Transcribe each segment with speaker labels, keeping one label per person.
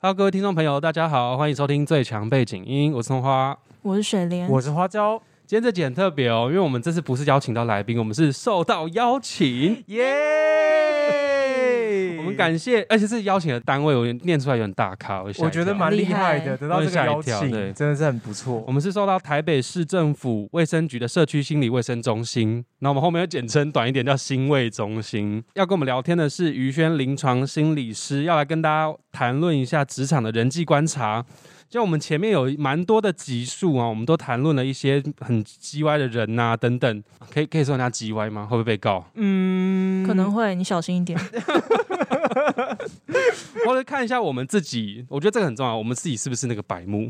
Speaker 1: Hello，各位听众朋友，大家好，欢迎收听最强背景音，我是葱花。
Speaker 2: 我是水莲，
Speaker 3: 我是花椒，
Speaker 1: 今天这集很特别哦，因为我们这次不是邀请到来宾，我们是受到邀请，
Speaker 3: 耶！
Speaker 1: 我们，感谢，而且是邀请的单位，我念出来有点大咖，我吓一
Speaker 3: 我觉得
Speaker 1: 跳
Speaker 3: 蛮厉害
Speaker 2: 厉害
Speaker 3: 的，得到这个邀
Speaker 1: 我也吓一跳对
Speaker 3: 请，真的是很不
Speaker 1: 我
Speaker 3: 错。
Speaker 1: 们是受到台北市政府卫生局的社区心理卫生中心，那我们后面要简称短一点叫心卫中心。要跟我们聊天的是于轩临床心理师，要来跟大家谈论一下职场的人际观察。就我们前面有蛮多的集数啊，我们都谈论了一些很叽歪的人呐、等等，可以可以说人家叽歪吗？会不会被告？
Speaker 3: 嗯
Speaker 2: 可能会，你小心一点。
Speaker 1: 或者看一下我们自己，我觉得这个很重要，我们自己是不是那个白目？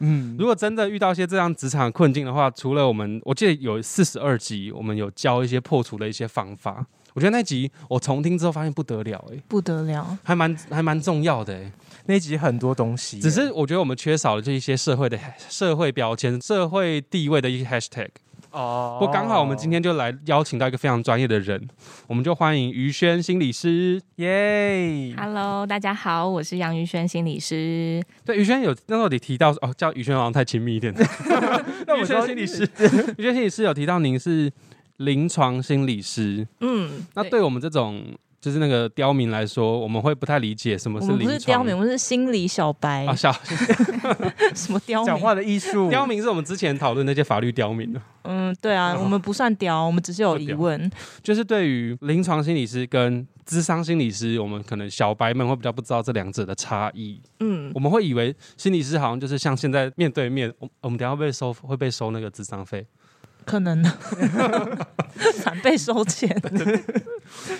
Speaker 3: 嗯
Speaker 1: 如果真的遇到一些这样职场困境的话，除了我们，我记得有四十二集，我们有教一些破除的一些方法。我觉得那集我重听之后发现不得了、欸，
Speaker 2: 不得了，
Speaker 1: 还蛮还蛮重要的、欸，
Speaker 3: 那一集很多东西，
Speaker 1: 只是我觉得我们缺少了这一些社会的社会标签、社会地位的一些 hashtag。
Speaker 3: 哦
Speaker 1: 不过刚好我们今
Speaker 3: 天
Speaker 1: 天就来邀请到一个非常专业的人，我们就欢迎于轩心理师。
Speaker 3: 耶，
Speaker 1: 啊
Speaker 4: Hello，大家好，我是杨玉轩心理师。
Speaker 1: 对，于轩有那时候你提到哦，叫于轩好像太亲密一 点。那
Speaker 3: 我
Speaker 1: 于
Speaker 3: 知道
Speaker 1: 轩心理师，于轩心理师有提到您是临床心理师，
Speaker 4: 嗯，
Speaker 1: 那对我们这种就是那个刁民来说，我们会不太理解什么
Speaker 2: 我
Speaker 1: 是
Speaker 2: 们
Speaker 1: 临
Speaker 2: 不
Speaker 1: 床
Speaker 2: 是刁民，我们是心理小白
Speaker 1: 啊，，小
Speaker 2: 什么刁
Speaker 3: 讲
Speaker 2: 民？
Speaker 3: 话的 艺术，
Speaker 1: 刁民是我们之前讨论那些法律刁民，
Speaker 2: 嗯，对啊，我们不算刁，我们只是有疑问。
Speaker 1: 就是对于临床心理师跟咨商心理师，我们可能小白们会比较不知道这两者的差异，
Speaker 4: 嗯，
Speaker 1: 我们会以为心理师好像就是像现在面对面，我我们等一下会被收会被收那个咨商 费。
Speaker 2: 可能反被收钱，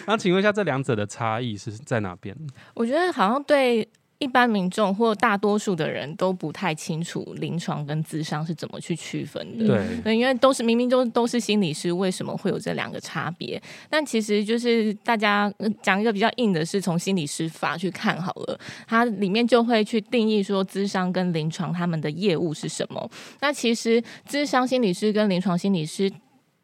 Speaker 1: 那请问一下，这两者的差异是在哪边？
Speaker 4: 我觉得好像对一般民众或大多数的人都不太清楚临床跟智商是怎么去区分
Speaker 1: 嗯
Speaker 4: 的。
Speaker 2: 对
Speaker 4: 对，因为都是明明都都是心理师，为什么会有这两个差别？但其实就是大家呃讲一个比较硬的，是从心理师法去看好了，它里面就会去定义说，咨商跟临床他们的业务是什么。那其实咨商心理师跟临床心理师。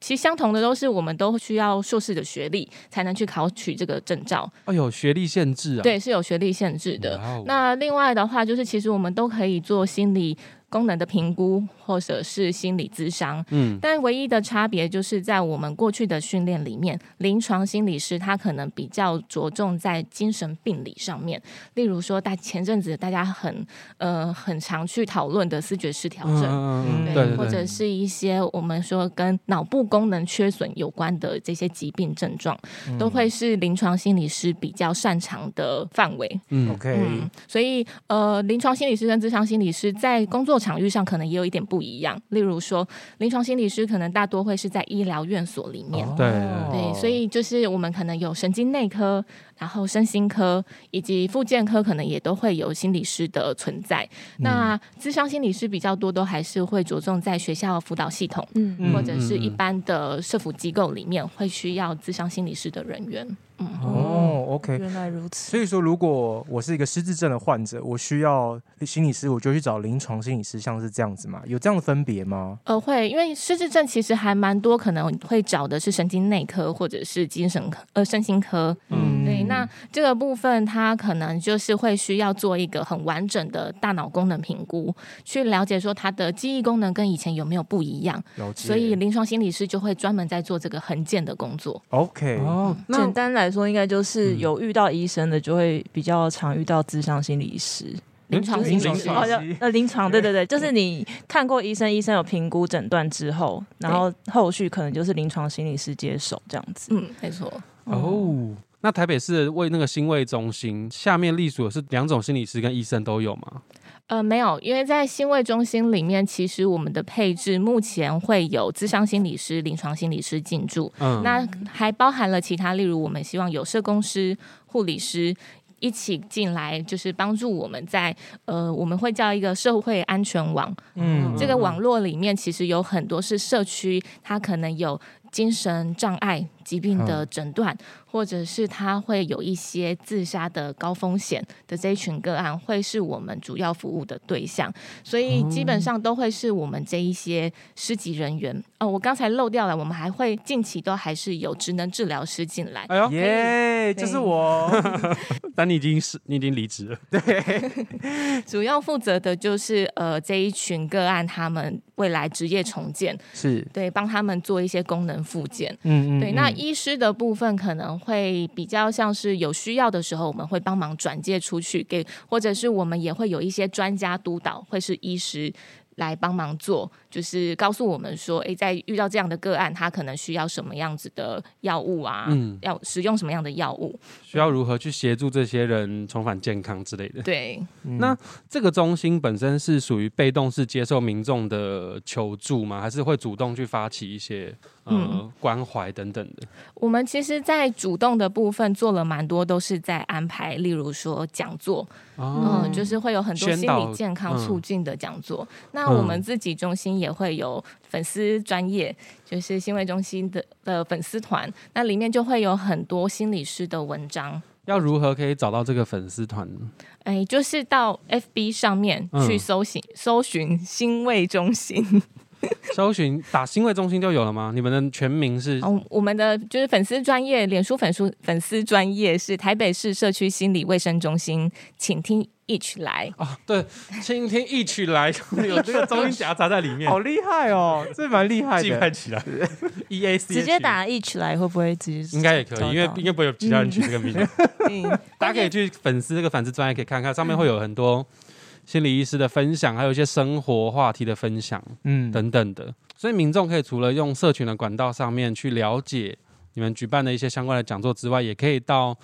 Speaker 4: 其实相同的都是，我们都需要硕士的学历才能去考取这个证照，
Speaker 1: 哎呦，学历限制啊！
Speaker 4: 对，是有学历限制的。
Speaker 1: 哇哦，
Speaker 4: 那另外的话，就是其实我们都可以做心理功能的评估，或者是心理咨商。
Speaker 1: 嗯，
Speaker 4: 但唯一的差别就是在我们过去的训练里面，临床心理师他可能比较着重在精神病理上面，例如说大前阵子大家很呃很常去讨论的思觉失调
Speaker 1: 嗯
Speaker 4: 症。
Speaker 1: 嗯嗯
Speaker 3: 对
Speaker 1: 对对
Speaker 4: 或
Speaker 1: 对，
Speaker 4: 者是一些我们说跟脑部功能缺损有关的这些疾病症状，
Speaker 1: 嗯
Speaker 4: 都会是临床心理师比较擅长的范围。
Speaker 1: 嗯
Speaker 3: OK，
Speaker 4: 嗯，所以呃，临床心理师跟咨商心理师在工作场域上可能也有一点不一样。例如说，临床心理师可能大多会是在医疗院所里面。
Speaker 3: 哦
Speaker 1: 对
Speaker 4: 嗯对，所以就是我们可能有神经内科，然后身心科以及复健科，可能也都会有心理师的存在。
Speaker 3: 嗯
Speaker 4: 那咨商心理师比较多，都还是会着重在学校辅导系统。
Speaker 2: 嗯，
Speaker 3: 嗯
Speaker 4: 或者是一般的社福机构里面会需要咨商心理师的人员，嗯，
Speaker 3: 哦，OK。
Speaker 2: 原来如此。
Speaker 3: 所以说，如果我是一个失智症的患者，我需要心理师，我就去找临床心理师，像是这样子嘛？有这样的分别吗？
Speaker 4: 呃，会，因为失智症其实还蛮多，可能会找的是神经内科或者是精神科，呃，身心科。
Speaker 1: 嗯
Speaker 4: 对，那这个部分它可能就是会需要做一个很完整的大脑功能评估，去了解说它的记忆功能跟以前有没有不一样。
Speaker 3: 了解。
Speaker 4: 所以临床心理师就会专门在做这个横件的工作。
Speaker 3: OK，
Speaker 1: 哦，那
Speaker 2: 简单来说，应该就是有遇到医生的，就会比较常遇到智商心理师。
Speaker 4: 临床
Speaker 2: 就是
Speaker 3: 临
Speaker 4: 心理
Speaker 3: 床
Speaker 4: 师
Speaker 3: 心理
Speaker 2: 哦，
Speaker 3: 师
Speaker 2: 要呃，临床，对对对，就是你看过医生，医生有评估诊断之后，然后后续可能就是临床心理师接手这样子。
Speaker 4: 嗯，没错。
Speaker 1: 哦。那台北市的为那个心卫中心下面隶属的是两种心理师跟医生都有吗？
Speaker 4: 呃，没有，因为在心卫中心里面，其实我们的配置目前会有咨商心理师、临床心理师进驻，
Speaker 1: 嗯，
Speaker 4: 那还包含了其他，例如我们希望有社工师、护理师。一起进来就是帮助我们在呃，我们会叫一个社会安全网，
Speaker 3: 嗯
Speaker 4: 这个网络里面其实有很多是社区，它可能有精神障碍、疾病的诊断，或者是他会有一些自杀的高风险的这一群个案，会是我们主要服务的对象，所以基本上都会是我们这一些师级人员。哦，我刚才漏掉了，我们还会近期都还是有职能治疗师进来。
Speaker 1: 哎呦，
Speaker 3: 耶，
Speaker 4: 可以
Speaker 3: 就是我，
Speaker 1: 但你已经是你已经离职了，
Speaker 4: 主要负责的就是呃这一群个案，他们未来职业重建，
Speaker 3: 是，
Speaker 4: 对，帮他们做一些功能复健。
Speaker 3: 嗯嗯，
Speaker 4: 对，那
Speaker 3: 嗯
Speaker 4: 医师的部分可能会比较像是有需要的时候，我们会帮忙转介出去给，或者是我们也会有一些专家督导，会是医师来帮忙做，就是告诉我们说，诶，在遇到这样的个案，他可能需要什么样子的药物啊，
Speaker 1: 嗯，
Speaker 4: 要使用什么样的药物，
Speaker 1: 需要如何去协助这些人重返健康之 类的。
Speaker 4: 对。
Speaker 3: 嗯
Speaker 1: 那这个中心本身是属于被动式接受民众的求助吗？还是会主动去发起一些呃、
Speaker 4: 嗯
Speaker 1: 关怀等等的？
Speaker 4: 我们其实，在主动的部分做了蛮多，都是在安排，例如说讲座，
Speaker 1: 哦，
Speaker 4: 嗯，就是会有很多
Speaker 1: 宣
Speaker 4: 心
Speaker 1: 导
Speaker 4: 理健康促进的讲座。那我们自己中心也会有粉丝专业，就是新卫中心的的粉丝团，那里面就会有很多心理师的文章。
Speaker 1: 要如何可以找到这个粉丝团呢？
Speaker 4: 哎，就是到 FB 上面
Speaker 1: 嗯
Speaker 4: 去搜寻、搜寻新卫中心，
Speaker 1: 搜寻打新卫中心就有了吗？你们的全名是
Speaker 4: 哦，我们的就是粉丝专业，脸书粉丝粉丝专业是台北市社区心理卫生中心，请听 each 来。
Speaker 1: 啊，对，倾听一曲来，有这个中音夹杂在里 面
Speaker 3: 好，厉害哦，这蛮厉害
Speaker 1: 记
Speaker 3: 的
Speaker 1: 拍，起来。E A C
Speaker 2: 直接打 each 来会不会直接？
Speaker 1: 应该也可以，因为应该不会有其他人取这个名字。
Speaker 4: 嗯，
Speaker 1: 大家可以去粉丝这个粉丝专业可以看看，上面会有很多心理医师的分享，还有一些生活话题的分享
Speaker 3: 嗯，
Speaker 1: 等等的。所以民众可以除了用社群的管道上面去了解你们举办的一些相关的讲座之外，也可以到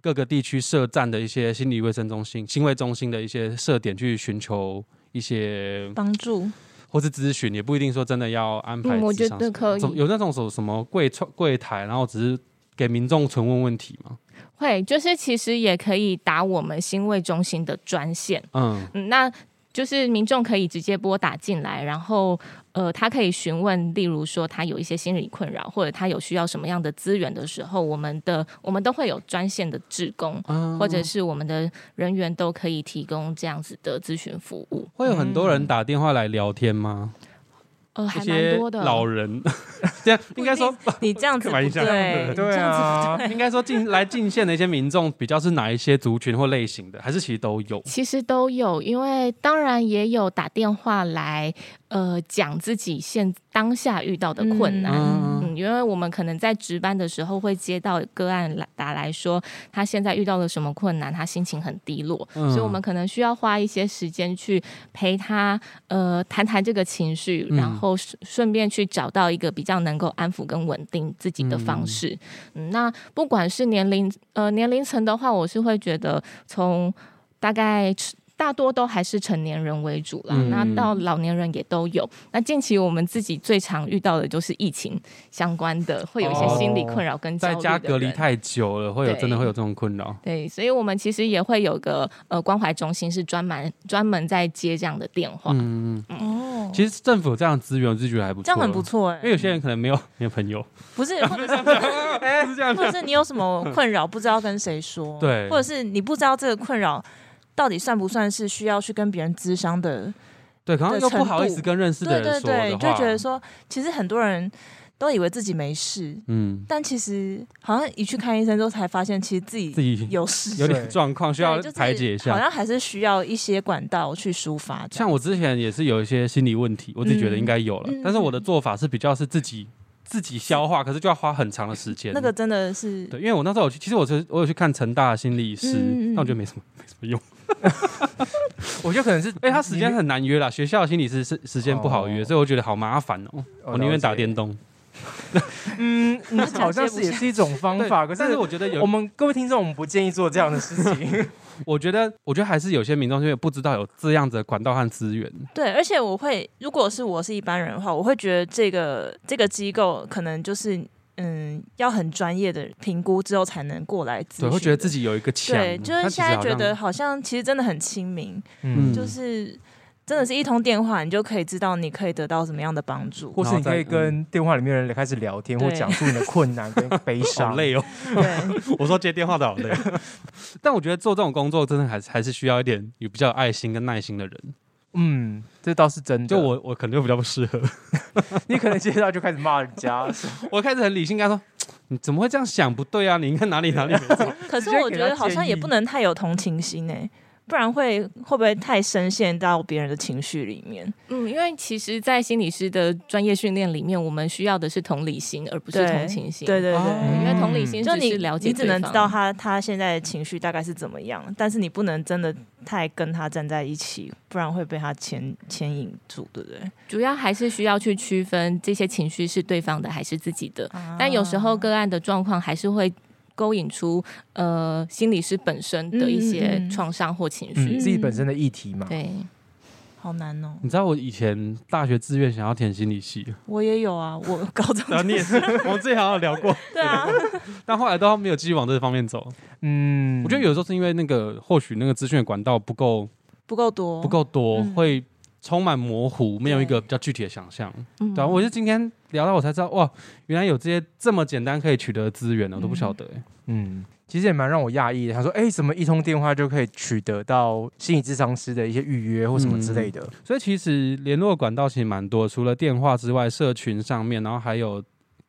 Speaker 1: 各个地区设站的一些心理卫生中心、心卫中心的一些设点去寻求一些
Speaker 2: 帮助，
Speaker 1: 或是咨询，也不一定说真的要安排咨商什么
Speaker 4: 嗯
Speaker 1: 的。
Speaker 4: 我觉得可以
Speaker 1: 总有那种什什么柜窗柜台，然后只是给民众纯问问题嘛。
Speaker 4: 会，就是其实也可以打我们新卫中心的专线，
Speaker 1: 嗯，
Speaker 4: 嗯，那就是民众可以直接拨打进来，然后呃，他可以询问，例如说他有一些心理困扰，或者他有需要什么样的资源的时候，我们的我们都会有专线的志工，
Speaker 1: 啊
Speaker 4: 或
Speaker 1: 哦
Speaker 4: 者是我们的人员都可以提供这样子的咨询服务。
Speaker 1: 会有很多人打电话来聊天吗？
Speaker 4: 呃，
Speaker 1: 一
Speaker 4: 还蛮
Speaker 1: 些
Speaker 4: 多的，
Speaker 1: 老 人，这样应该说，
Speaker 2: 你这样子
Speaker 1: 开玩
Speaker 2: 不
Speaker 1: 笑
Speaker 2: 对，
Speaker 3: 对啊，
Speaker 1: 应该说进来进线的一些民众比较是哪一些族群或类型的，还是其实都有？
Speaker 4: 其实都有，因为当然也有打电话来，呃，讲自己现当下遇到的困难。
Speaker 1: 嗯
Speaker 4: 嗯
Speaker 1: 嗯
Speaker 4: 因为我们可能在值班的时候会接到个案来打来说，他现在遇到了什么困难，他心情很低落，
Speaker 1: 嗯
Speaker 4: 所以我们可能需要花一些时间去陪他，呃，谈谈这个情绪，
Speaker 1: 嗯
Speaker 4: 然后顺顺便去找到一个比较能够安抚跟稳定自己的方式。嗯，那不管是年龄，呃，年龄层的话，我是会觉得从大概大多都还是成年人为主啦，
Speaker 1: 嗯
Speaker 4: 那到老年人也都有。那近期我们自己最常遇到的就是疫情相关的，会有一些
Speaker 1: 哦
Speaker 4: 心理困扰跟焦
Speaker 1: 在
Speaker 4: 虑的
Speaker 1: 家隔离
Speaker 4: 人
Speaker 1: 太久了，会有
Speaker 4: 对
Speaker 1: 真的会有这种困扰。
Speaker 4: 对，所以我们其实也会有个呃关怀中心，是专门专门在接这样的电话。
Speaker 1: 嗯，
Speaker 2: 哦，
Speaker 1: 其实政府有这样的资源，我就觉得还不错，啊
Speaker 2: 这样很不。错哎
Speaker 1: 因为，有些
Speaker 4: 嗯
Speaker 1: 人可能没有没有朋友，
Speaker 2: 不是，或者是或者是你有什么困扰不知道跟谁说，
Speaker 1: 对
Speaker 2: 或者是你不知道这个困扰到底算不算是需要去跟别人咨商的，
Speaker 1: 对，可能
Speaker 2: 的
Speaker 1: 又不
Speaker 2: 程
Speaker 1: 好意
Speaker 2: 度
Speaker 1: 思跟认识的
Speaker 2: 对
Speaker 1: 人
Speaker 2: 对
Speaker 1: 说的话，
Speaker 2: 对，就觉得说，其实很多人都以为自己没事，
Speaker 1: 嗯，
Speaker 2: 但其实好像一去看医生之后才发现，其实自己
Speaker 1: 自己
Speaker 2: 有 事，
Speaker 1: 有点
Speaker 3: 对
Speaker 1: 状况，需
Speaker 2: 对
Speaker 1: 要
Speaker 2: 就是
Speaker 1: 排解一下
Speaker 2: 好。像还是需要一些管道去抒发这样。
Speaker 1: 像我之前也是有一些心理问题，我自己觉得应该有了，
Speaker 2: 嗯嗯
Speaker 1: 但是我的做法是比较是自己自己消化，可是就要花很长的时间。
Speaker 2: 那个真的是
Speaker 1: 对，因为我那时候有去，其实我是我有去看成大的心理医师，
Speaker 2: 嗯嗯嗯
Speaker 1: 但我觉得没什么没什么用，
Speaker 3: 我觉得可能是，
Speaker 1: 哎、他时间很难约啦，学校的心理师是时间不好约，
Speaker 3: 哦
Speaker 1: 所以我觉得好麻烦哦、
Speaker 3: 哦
Speaker 1: 我宁愿打
Speaker 3: 了解
Speaker 1: 电动。
Speaker 3: 嗯，嗯 好像
Speaker 2: 接
Speaker 3: 是
Speaker 2: 不
Speaker 3: 也是一种方
Speaker 1: 对
Speaker 3: 法，可
Speaker 1: 但是
Speaker 3: 是
Speaker 1: 我觉得有
Speaker 3: 我，们各位听众，我们不建议做这样的事 情，
Speaker 1: 我觉得我觉得还是有些民众因为不知道有这样子的管道和资源，
Speaker 2: 对，而且我会，如果是我是一般人的话，我会觉得这个这个机构可能就是嗯，要很专业的评估之后才能过来咨询
Speaker 1: 对，
Speaker 2: 的。
Speaker 1: 会觉得自己有一个墙。
Speaker 2: 对，就是
Speaker 1: 但其实
Speaker 2: 现在
Speaker 1: 好
Speaker 2: 觉
Speaker 1: 像
Speaker 2: 得好像其实真的很亲民，
Speaker 1: 嗯
Speaker 2: 就是真的是一通电话，你就可以知道你可以得到什么样的帮助。
Speaker 3: 或是你可以跟电话里面的人开始聊天，
Speaker 2: 对
Speaker 3: 或讲述你的困难跟悲
Speaker 1: 好
Speaker 3: 伤。
Speaker 1: 累哦。
Speaker 2: 对，
Speaker 1: 我说接电话的好累，
Speaker 3: 哦
Speaker 1: 但我觉得做这种工作真的还是还是需要一点有比较有爱心跟耐心的人。 啊
Speaker 3: 嗯，这倒是真的。
Speaker 1: 就，我我可能就比较不适合，
Speaker 3: 你可能接到就开始骂人家，
Speaker 1: 我开始很理性跟他说。你怎么会这样想？不对啊！你应该哪里 哪里没错。
Speaker 2: 可 是
Speaker 3: 直接
Speaker 2: 我
Speaker 3: 给
Speaker 2: 觉
Speaker 3: 他
Speaker 2: 得好像
Speaker 3: 建
Speaker 2: 也
Speaker 3: 议
Speaker 2: 不能太有同情心哎、不然会会不会太深陷到别人的情绪里面？
Speaker 4: 嗯，因为其实，在心理师的专业训练里面，我们需要的是同理心，而不是同情心。
Speaker 2: 对对对。
Speaker 4: 嗯，因为
Speaker 1: 哦
Speaker 4: 同理心
Speaker 2: 就
Speaker 4: 只
Speaker 2: 你
Speaker 4: 是了解
Speaker 2: 你只
Speaker 4: 对
Speaker 2: 能
Speaker 4: 方
Speaker 2: 知道他他现在的情绪大概是怎么样，但是你不能真的太跟他站在一起，不然会被他牵牵引住，对不对？
Speaker 4: 主要还是需要去区分这些情绪是对方的还是自己的。
Speaker 2: 啊
Speaker 4: 但有时候个案的状况还是会勾引出呃心理师本身的一些
Speaker 2: 嗯嗯嗯
Speaker 4: 创伤或情绪。
Speaker 3: 嗯，自己本身的议题嘛。
Speaker 4: 对，
Speaker 2: 好难哦，
Speaker 1: 你知道我以前大学志愿想要填心理系，
Speaker 2: 我也有啊，我高中
Speaker 1: 然后你也 是，我们之前好像有聊过，
Speaker 2: 对啊，
Speaker 1: 但后来都没有继续往这方面走。
Speaker 3: 嗯，
Speaker 1: 我觉得有时候是因为那个或许那个资讯的管道不够
Speaker 2: 不够多，
Speaker 1: 不够多，
Speaker 2: 嗯
Speaker 1: 会充满模糊，没有一个
Speaker 2: 对
Speaker 1: 比较具体的想象。
Speaker 4: 嗯
Speaker 1: 对啊，我是今天聊到我才知道，哇，原来有这些这么简单可以取得的资源呢，我都不晓得、欸。
Speaker 3: 嗯，其实也蛮让我讶异的。他说：“哎、怎么一通电话就可以取得到心理咨商师的一些预约或什么之类的？
Speaker 1: 所以其实联络管道其实蛮多，除了电话之外，社群上面，然后还有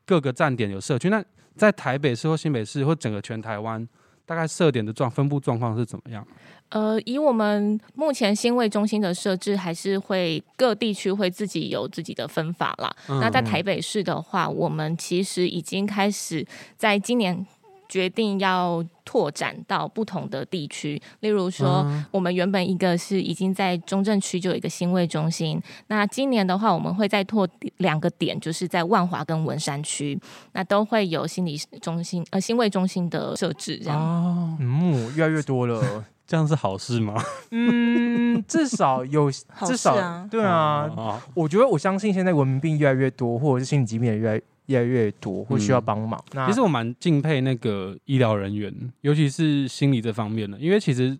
Speaker 1: 各个站点有社群。那在台北市或新北市或整个全台湾，大概社点的状分布状况是怎么样？
Speaker 4: 呃，以我们目前新卫中心的设置，还是会各地区会自己有自己的分法啦。
Speaker 1: 嗯
Speaker 4: 那在台北市的话，我们其实已经开始在今年决定要拓展到不同的地区，例如说。
Speaker 1: 嗯
Speaker 4: 我们原本一个是已经在中正区就有一个新卫中心，那今年的话，我们会再拓两个点，就是在万华跟文山区，那都会有心理中心呃新卫中心的设置这样。
Speaker 1: 哦，
Speaker 3: 嗯，越来越多 了。
Speaker 1: 这样是好事吗？
Speaker 3: 嗯，至少有，
Speaker 2: 好
Speaker 3: 至
Speaker 2: 事
Speaker 3: 少、
Speaker 2: 啊
Speaker 3: 对啊。
Speaker 1: 哦
Speaker 3: 我觉得我相信现在文明病越来越多，或者是心理疾病也越来越来越多，会需要帮忙。那
Speaker 1: 嗯其实我蛮敬佩那个医疗人员，尤其是心理这方面的，因为其实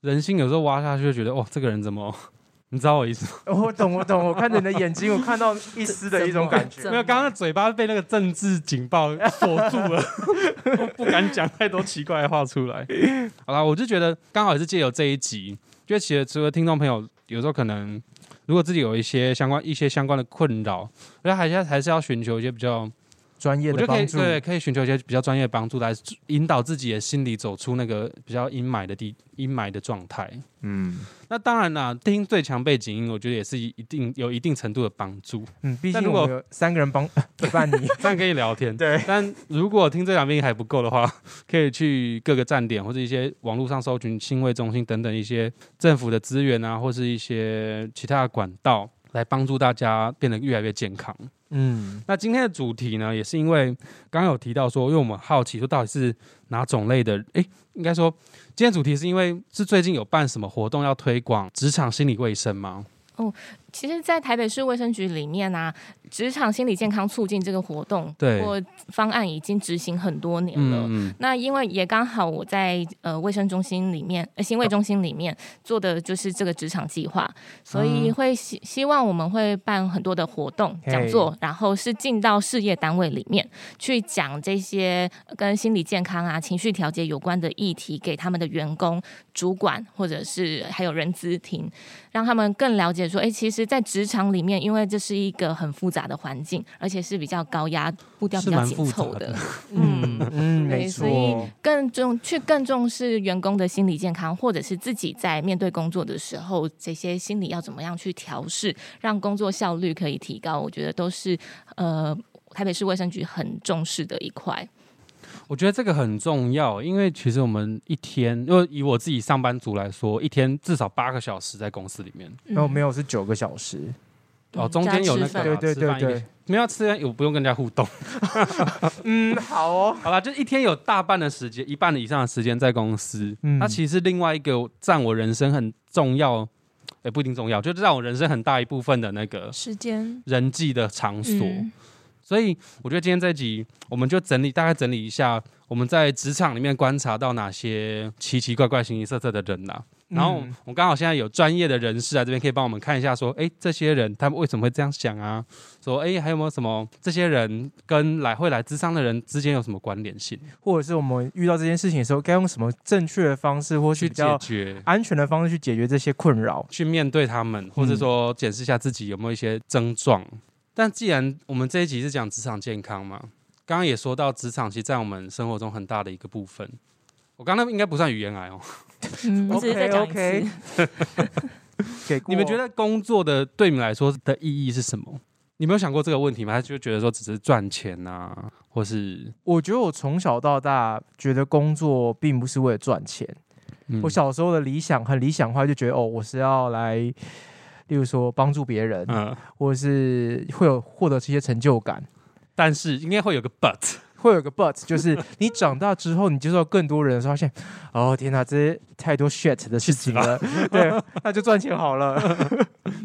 Speaker 1: 人性有时候挖下去就觉得，哦，这个人怎么， 你知道我意思吗？
Speaker 3: 我懂，我懂，我看着你的眼睛，我看到一丝的一种感
Speaker 2: 怎
Speaker 3: 觉。
Speaker 1: 没有，刚刚嘴巴被那个政治警报锁住了， 我不敢讲太多奇怪的话出来。好啦，我就觉得刚好也是借由这一集，就其实除了听众朋友有时候可能如果自己有一些相关一些相关的困扰，我觉得还是还是要寻求一些比较
Speaker 3: 专业
Speaker 1: 我就
Speaker 3: 的
Speaker 1: 可以
Speaker 3: 帮助，
Speaker 1: 对，可以寻求一些比较专业的帮助，来引导自己的心理走出那个比较阴霾的地阴霾的状态。
Speaker 3: 嗯
Speaker 1: 那当然啦，听最强背景音，我觉得也是一定有一定程度的帮 助，
Speaker 3: 嗯，毕
Speaker 1: 但
Speaker 3: 竟
Speaker 1: 如果
Speaker 3: 我们有三个人帮 陪 伴你，
Speaker 1: 这样可以聊天。
Speaker 3: 对，
Speaker 1: 但如果听最强背景还不够的话， 可以去各个站点或者一些网络上搜寻新卫中心等等一些政府的资源啊，或是一些其他的管道，来帮助大家变得越来越健康。
Speaker 3: 嗯，
Speaker 1: 那今天的主题呢，也是因为刚刚有提到说，因为我们好奇说到底是哪种类的，诶，应该说今天主题是因为是最近有办什么活动要推广职场心理卫生吗？
Speaker 4: 其实，在台北市卫生局里面啊，职场心理健康促进这个活动
Speaker 1: 对
Speaker 4: 或方案已经执行很多年了。
Speaker 1: 嗯，嗯
Speaker 4: 那因为也刚好我在呃卫生中心里面，呃新卫中心里面做的就是这个职场计划，所以
Speaker 1: 嗯
Speaker 4: 会希希望我们会办很多的活动
Speaker 3: 嘿
Speaker 4: 讲座，然后是进到事业单位里面去讲这些呃跟心理健康啊、情绪调节有关的议题，给他们的员工、主管或者是还有人资听，让他们更了解说，哎，其实，在职场里面，因为这是一个很复杂的环境，而且是比较高压、步调比
Speaker 1: 是
Speaker 4: 较
Speaker 1: 蛮
Speaker 4: 紧
Speaker 1: 复杂
Speaker 4: 凑
Speaker 1: 的
Speaker 4: 的，嗯。
Speaker 3: 嗯，
Speaker 4: 对
Speaker 3: 没
Speaker 4: 所以
Speaker 3: 错，
Speaker 4: 更重去更重视员工的心理健康，或者是自己在面对工作的时候，这些心理要怎么样去调试，让工作效率可以提高，我觉得都是呃台北市卫生局很重视的一块。
Speaker 1: 我觉得这个很重要，因为其实我们一天，因为以我自己上班族来说，一天至少八个小时在公司里面，
Speaker 3: 然后没
Speaker 2: 有
Speaker 3: 有是九个小时，
Speaker 1: 哦，中间有那个
Speaker 4: 加
Speaker 1: 啊
Speaker 4: 吃
Speaker 3: 嗯对
Speaker 4: 饭
Speaker 3: 对
Speaker 1: 吃饭
Speaker 3: 对
Speaker 1: 一个
Speaker 3: 对，
Speaker 1: 没有要吃饭，我不用跟人家互动。
Speaker 3: 嗯，好哦，
Speaker 1: 好啦，就一天有大半的时间，一半以上的时间在公司。
Speaker 3: 嗯
Speaker 1: 那其实另外一个占我人生很重要，也不一定重要，就是占我人生很大一部分的那个
Speaker 2: 时间
Speaker 1: 人际的场所。
Speaker 2: 嗯
Speaker 1: 所以我觉得今天这集，我们就整理大概整理一下我们在职场里面观察到哪些奇奇怪怪、形形色色的人呐、然后
Speaker 3: 嗯
Speaker 1: 我刚好现在有专业的人士来这边可以帮我们看一下，说，哎，这些人他们为什么会这样想啊？说，哎，还有没有什么这些人跟来会来咨商的人之间有什么关联性？
Speaker 3: 或者是我们遇到这件事情的时候，该用什么正确的方式，或是
Speaker 1: 去
Speaker 3: 比
Speaker 1: 解
Speaker 3: 较
Speaker 1: 决。
Speaker 3: 安全的方式去解决这些困扰？
Speaker 1: 去面对他们，或者说检视一下自己有没有一些症状。但既然我们这一集是讲职场健康嘛，刚刚也说到职场，其实在我们生活中很大的一个部分。我刚刚那应该不算语言癌哦。
Speaker 2: 嗯，我只是再讲一
Speaker 3: OK，OK
Speaker 2: 次。
Speaker 3: 给过
Speaker 1: 你们觉得工作的对你们来说的意义是什么？你没有想过这个问题吗？还是就觉得说只是赚钱啊，或是
Speaker 3: 我觉得我从小到大觉得工作并不是为了赚钱。
Speaker 1: 嗯
Speaker 3: 我小时候的理想很理想化，就觉得哦，我是要来，例如说帮助别人，
Speaker 1: 嗯，
Speaker 3: 或者是会有获得这些成就感。
Speaker 1: 但是应该会有个 but，
Speaker 3: 会有个 but，就是你长大之后，你接触到更多人的时候，发现，哦天哪，这些太多 shit 的事情 了。对，那就赚钱好了。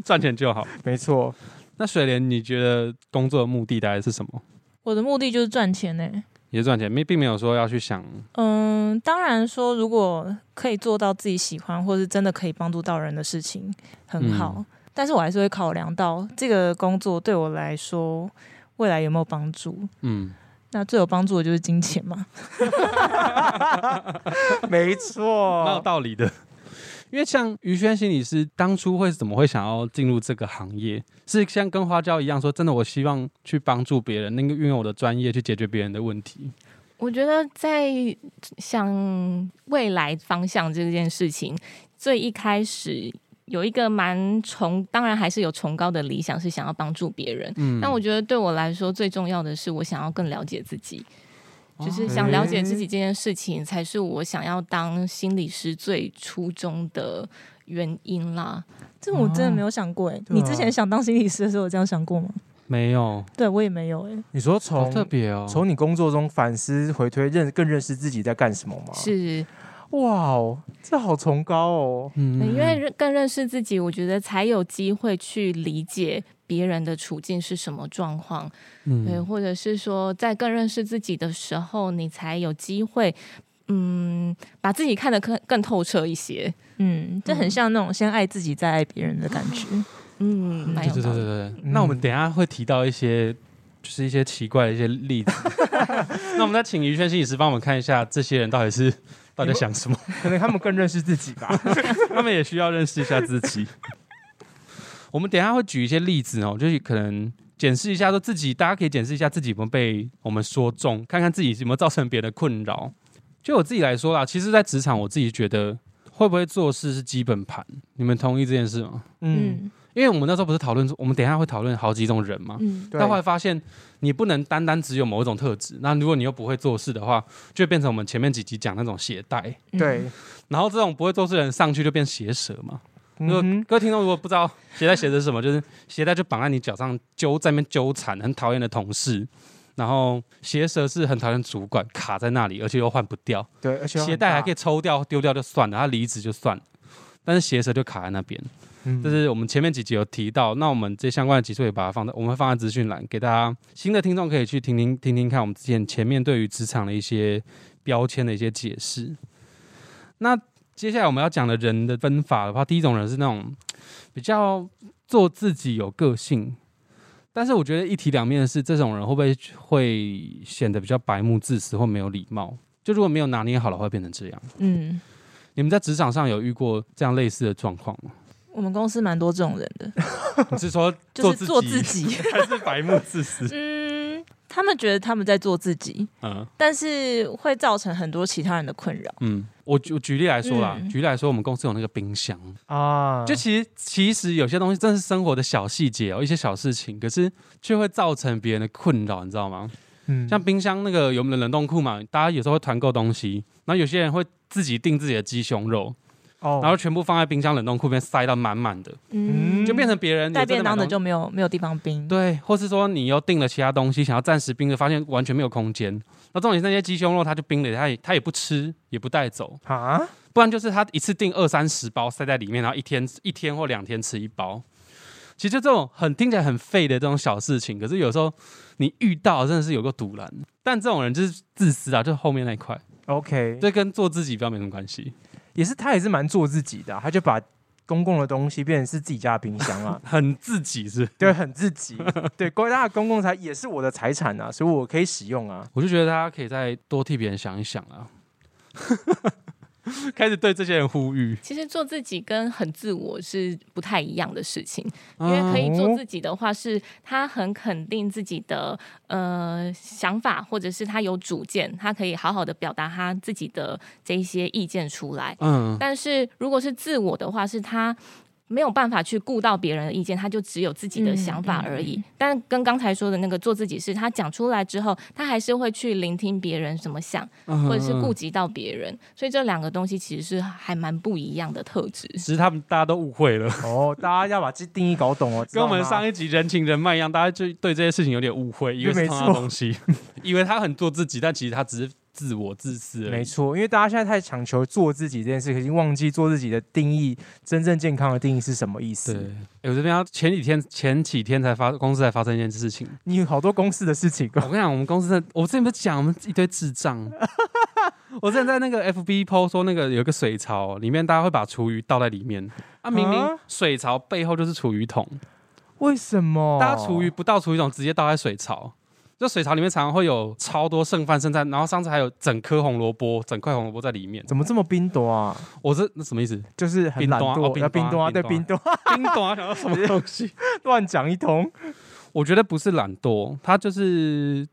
Speaker 1: 赚钱就好。
Speaker 3: 没错，
Speaker 1: 那水莲，你觉得工作的目的大概是什么？
Speaker 2: 我的目的就是赚钱欸呢、
Speaker 1: 也是赚钱，没并没有说要去想
Speaker 2: 嗯，当然说，如果可以做到自己喜欢，或是真的可以帮助到人的事情，很好。
Speaker 1: 嗯
Speaker 2: 但是我还是会考量到这个工作对我来说未来有没有帮助。
Speaker 1: 嗯。
Speaker 2: 那最有帮助的就是金钱嘛。
Speaker 3: 没
Speaker 1: 蛮有
Speaker 3: 错，
Speaker 1: 道理的。 因为像于轩心理师当初会怎么会想要进入这个行业？是像跟花椒一样说，真的我希望去帮助别人，那个运用我的专业去解决别人的问题。
Speaker 4: 我觉得在想未来方向这件事情，最一开始有一个蛮崇，当然还是有崇高的理想，是想要帮助别人。
Speaker 1: 嗯
Speaker 4: 但我觉得对我来说最重要的是，我想要更了解自己，就是
Speaker 1: 哦
Speaker 4: 想了解自己这件事情，才是我想要当心理师最初衷的原因啦。
Speaker 2: 这我真的没有想过哎、
Speaker 3: 对啊
Speaker 2: 你之前想当心理师的时候，有这样想过吗？
Speaker 1: 没有，
Speaker 2: 对我也没有哎、
Speaker 3: 你说
Speaker 1: 好
Speaker 3: 从
Speaker 1: 特别哦。
Speaker 3: 从你工作中反思、回推、认更认识自己在干什么吗？，
Speaker 4: 是，
Speaker 3: 哇哦，这好崇高哦。
Speaker 1: 嗯
Speaker 4: 因为认更认识自己，我觉得才有机会去理解别人的处境是什么状况。对，
Speaker 1: 嗯
Speaker 4: 或者是说，在更认识自己的时候，你才有机会，嗯，把自己看得更更透彻一些。
Speaker 2: 嗯，这很像那种先爱自己再爱别人的感觉。
Speaker 4: 嗯，蛮
Speaker 1: 对
Speaker 4: 有
Speaker 1: 对
Speaker 4: 道
Speaker 1: 对
Speaker 4: 理。
Speaker 1: 对对。那我们等一下会提到一些，就是一些奇怪的一些例子。 那我们再请于轩心理师帮我们看一下，这些人到底是到底在想什么？
Speaker 3: 可能他们更认识自己 吧。
Speaker 1: 他们也需要认识一下自 己。我们等一下会举一些例子哦，就是可能检视一下，说自己，大家可以检视一下自己有没有被我们说中，看看自己有没有造成别人的困扰。就我自己来说啦，其实，在职场，我自己觉得会不会做事是基本盘，你们同意这件事吗？
Speaker 3: 嗯，
Speaker 2: 嗯
Speaker 1: 因为我们那时候不是讨论说，我们等一下会讨论好几种人嘛。
Speaker 2: 嗯，
Speaker 3: 对
Speaker 1: 但后来发现，你不能单单只有某一种特质。那如果你又不会做事的话，就会变成我们前面几集讲那种携带，
Speaker 2: 嗯
Speaker 3: 对，
Speaker 1: 然后这种不会做事的人上去就变鞋舌嘛。如果
Speaker 3: 嗯哼，
Speaker 1: 各位听众如果不知道鞋带写的是什么，就是鞋带就绑在你脚上纠在那边纠缠，很讨厌的同事。然后鞋舌是很讨厌主管卡在那里，而且又换不掉。
Speaker 3: 对，而且
Speaker 1: 鞋带还可
Speaker 3: 以，
Speaker 1: 以抽掉丢掉就算了，他离职就算了，但是鞋舌就卡在那边。
Speaker 3: 嗯
Speaker 1: 这是我们前面几集有提到，那我们这相关的集数也把它放在，我们会放在资讯栏给大家新的听众可以去听听听听看我们之前前面对于职场的一些标签的一些解释。那接下来我们要讲的人的分法的话，第一种人是那种比较做自己有个性，但是我觉得一体两面的是，这种人会不会会显得比较白目、自私或没有礼貌？就如果没有拿捏好的话，会变成这样。
Speaker 2: 嗯，
Speaker 1: 你们在职场上有遇过这样类似的状况 吗？
Speaker 2: 我们公司蛮多这种人的，
Speaker 1: 你是说
Speaker 2: 就是做
Speaker 1: 自
Speaker 2: 自己。
Speaker 1: 还是白目自私？
Speaker 2: 嗯，他们觉得他们在做自己，
Speaker 1: 嗯
Speaker 2: 但是会造成很多其他人的困扰。
Speaker 1: 嗯，我举我举例来说啦，
Speaker 2: 嗯
Speaker 1: 举例来说，我们公司有那个冰箱，
Speaker 3: 啊，
Speaker 1: 就其实其实有些东西真的是生活的小细节哦，一些小事情，可是却会造成别人的困扰，你知道吗？
Speaker 3: 嗯
Speaker 1: 像冰箱那个有我们的冷冻库嘛，大家有时候会团购东西，然后有些人会自己订自己的鸡胸肉，
Speaker 3: 哦，
Speaker 1: 然后全部放在冰箱冷冻库里面塞到满满的，
Speaker 3: 嗯
Speaker 1: 就变成别人
Speaker 2: 带
Speaker 1: 有真
Speaker 2: 便
Speaker 1: 买
Speaker 2: 当的
Speaker 1: 东
Speaker 2: 就没有没有地方冰。
Speaker 1: 对，或是说你又订了其他东西，想要暂时冰的，发现完全没有空间。那重点是那些鸡胸肉，他就冰了，他也他也不吃，也不带走，
Speaker 3: 啊，
Speaker 1: 不然就是他一次订二三十包塞在里面，然后一天一天或两天吃一包。其实就这种很听起来很废的这种小事情，可是有时候你遇到真的是有个堵拦。但这种人就是自私啊，就是后面那一块，
Speaker 3: OK，
Speaker 1: 这跟做自己比较没什么关系。，
Speaker 3: 也是他也是蛮做自己的啊、他就把公共的东西变成是自己家的冰箱啊
Speaker 1: 很自己是不是，
Speaker 3: 对，很自己，对，公那公共财也是我的财产啊，所以我可以使用啊。
Speaker 1: 我就觉得大家可以再多替别人想一想啊， 开始对这些人呼吁，
Speaker 4: 其实做自己跟很自我是不太一样的事情，因为可以
Speaker 3: 哦
Speaker 4: 做自己的话，是他很肯定自己的呃想法，或者是他有主见，他可以好好的表达他自己的这一些意见出来。
Speaker 1: 嗯，
Speaker 4: 但是如果是自我的话，是他没有办法去顾到别人的意见，他就只有自己的想法而已。
Speaker 2: 嗯嗯
Speaker 4: 但跟刚才说的那个做自己是，他讲出来之后，他还是会去聆听别人怎么想，
Speaker 1: 嗯
Speaker 4: 或者是顾
Speaker 1: 嗯
Speaker 4: 及到别人。所以这两个东西其实是还蛮不一样的特质。
Speaker 1: 其实他们大家都误会了，
Speaker 3: 哦，大家要把这定义搞懂哦，知
Speaker 1: 跟
Speaker 3: 道
Speaker 1: 我们
Speaker 3: 吗
Speaker 1: 上一集人情人脉一样，大家就对这些事情有点误会，以为是
Speaker 3: 没
Speaker 1: 同样
Speaker 3: 错
Speaker 1: 的东西， 以为他很做自己，但其实他只是自我自私而
Speaker 3: 没
Speaker 1: 已。
Speaker 3: 错，因为大家现在太强求做自己这件事，已经忘记做自己的定义，真正健康的定义是什么意
Speaker 1: 对，
Speaker 3: 思？
Speaker 1: 哎我这边要前几天前几天才发公司才发生一件 事情，
Speaker 3: 你有好多公式的事情
Speaker 1: 我
Speaker 3: 哦
Speaker 1: 跟你讲，我们公司真的，我之前不是讲我们一堆智 障。我之前在那个 FB PO 说，那个有一个水槽，里面大家会把厨余倒在里面。啊，明明
Speaker 3: 啊
Speaker 1: 水槽背后就是厨余桶，
Speaker 3: 为什么？
Speaker 1: 大家厨余不倒厨余桶，直接倒在水槽。就水槽里面常常会有超多剩饭剩菜，然后上次还有整颗红萝卜，整块红萝卜在里面。
Speaker 3: 怎么这么冰多啊？
Speaker 1: 我这那什么意思？
Speaker 3: 就是很
Speaker 1: 冰
Speaker 3: 懒
Speaker 1: 多啊哦
Speaker 3: 惰，
Speaker 1: 冰
Speaker 3: 要
Speaker 1: 多啊
Speaker 3: 冰多啊，对，
Speaker 1: 冰
Speaker 3: 冰多啊，
Speaker 1: 叮咚啊，想到什么东西？
Speaker 3: 乱讲一通。
Speaker 1: 我觉得不是懒惰，他就是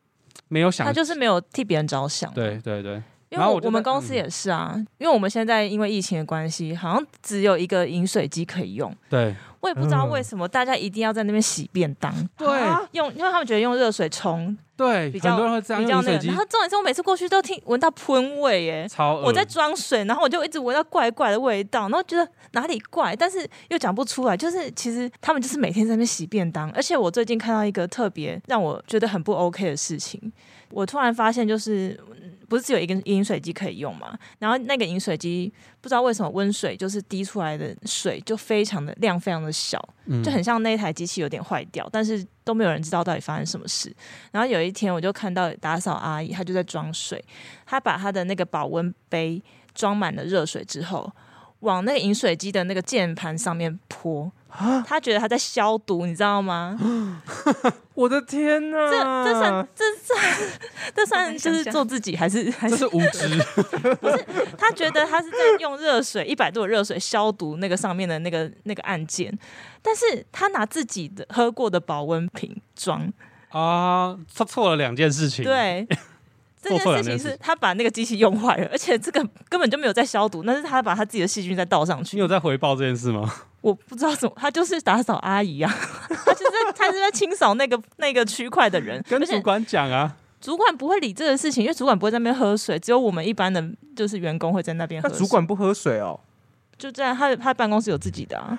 Speaker 1: 没有想
Speaker 2: 他。就是没有替别人着想。
Speaker 1: 对对对，
Speaker 2: 因为
Speaker 1: 然后
Speaker 2: 我
Speaker 1: 我就
Speaker 2: 我们
Speaker 1: 在
Speaker 2: 公司
Speaker 1: 嗯
Speaker 2: 也是啊，因为我们现在因为疫情的关系，好像只有一个饮水机可以用，
Speaker 1: 对
Speaker 2: 我也不知道为什么大家一定要在那边洗便 当，
Speaker 1: 对
Speaker 2: 用，因为他们觉得用热水冲
Speaker 1: 对，
Speaker 2: 比较
Speaker 1: 很多人会这样
Speaker 2: 比
Speaker 1: 用
Speaker 2: 较
Speaker 1: 饮水
Speaker 2: 那个。
Speaker 1: 机
Speaker 2: 然，后重点是我每次过去都听闻到喷味耶，
Speaker 1: 超恶
Speaker 2: 我在装水，然后我就一直闻到怪怪的味道，然后觉得哪里怪，但是又讲不出来。就是其实他们就是每天在那边洗便当，而且我最近看到一个特别让我觉得很不 OK 的事情，我突然发现就是。嗯不是只有一个饮水机可以用嘛？然后那个饮水机不知道为什么温水就是滴出来的水就非常的量非常的小，
Speaker 1: 嗯
Speaker 2: 就很像那一台机器有点坏掉，但是都没有人知道到底发生什么事。然后有一天我就看到打扫阿姨，她就在装水，她把她的那个保温杯装满了热水之后，往那个饮水机的那个键盘上面泼。她觉得她在消毒，你知道吗？
Speaker 3: 我的天哪！
Speaker 2: 这这算这算这算就是做自己，还是还
Speaker 1: 这
Speaker 2: 是
Speaker 1: 是无知，
Speaker 2: 她觉得她是在用热水一百度的热水消毒那个上面的那个那个按键，但是她拿自己的喝过的保温瓶装。
Speaker 1: 啊，他错了两件事情。，
Speaker 2: 对，这
Speaker 1: 做错
Speaker 2: 件
Speaker 1: 两
Speaker 2: 事
Speaker 1: 件
Speaker 2: 情
Speaker 1: 事
Speaker 2: 是他把那个机器用坏了，而且这个根本就没有在消毒，那是他把他自己的细菌再倒上
Speaker 1: 你
Speaker 2: 去
Speaker 1: 有。在回报这件事吗？
Speaker 2: 我不知道怎么，他就是打扫阿姨啊，他就是在他是在清扫那个那个区块的人，
Speaker 1: 跟
Speaker 2: 而
Speaker 1: 主
Speaker 2: 且
Speaker 1: 管讲啊，
Speaker 2: 主管不会理这个事情，因为主管不会在那边喝水，只有我们一般的就是员工会在那边喝
Speaker 3: 那
Speaker 2: 水。
Speaker 3: 主管不喝水哦？
Speaker 2: 就在他他办公室有自己的啊，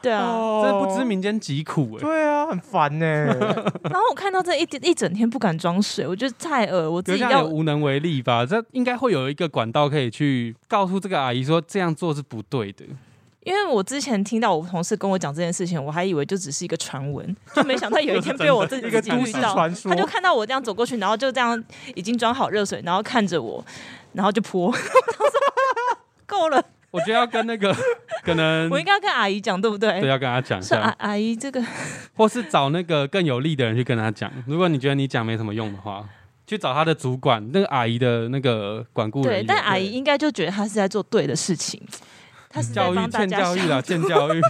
Speaker 2: 对啊。
Speaker 1: 真的
Speaker 3: 这
Speaker 1: 不知。民间疾苦哎。
Speaker 3: 哦对啊，很烦 呢。
Speaker 2: 然后我看到这一一整天不敢装水，我觉得太恶，我
Speaker 1: 有
Speaker 2: 自己
Speaker 1: 这样
Speaker 2: 要
Speaker 1: 也无能为力吧？这应该会有一个管道可以去告诉这个阿姨说这样做是不对的。
Speaker 2: 因为我之前听到我同事跟我讲这件事情，我还以为就只是一个传闻，就没想到有一 天被我自己
Speaker 1: 一个
Speaker 2: 自
Speaker 1: 都
Speaker 2: 己
Speaker 1: 市
Speaker 2: 遇到，
Speaker 3: 传说
Speaker 2: 他就看到我这样走过去，然后就这样已经装好热水，然后看着我，然后就泼，我 当时够了，
Speaker 1: 我觉得要跟那 个可能
Speaker 2: 我应该啊要跟阿姨讲，对不
Speaker 1: 嗯对啊
Speaker 2: 对？
Speaker 1: 要跟他讲一
Speaker 2: 说阿
Speaker 1: 下，
Speaker 2: 阿姨这个，
Speaker 1: 或是找那个更有力的人去跟他讲。如果你觉得你讲没什么用的话，去找他的主管，那个阿姨的那个管顾人
Speaker 2: 对，
Speaker 1: 员。
Speaker 2: 但阿姨应该就觉得她是在做对的事情，她是在
Speaker 1: 教育
Speaker 2: 帮大
Speaker 1: 欠
Speaker 2: 家
Speaker 1: 教育
Speaker 2: 想
Speaker 1: 啦，欠教 育。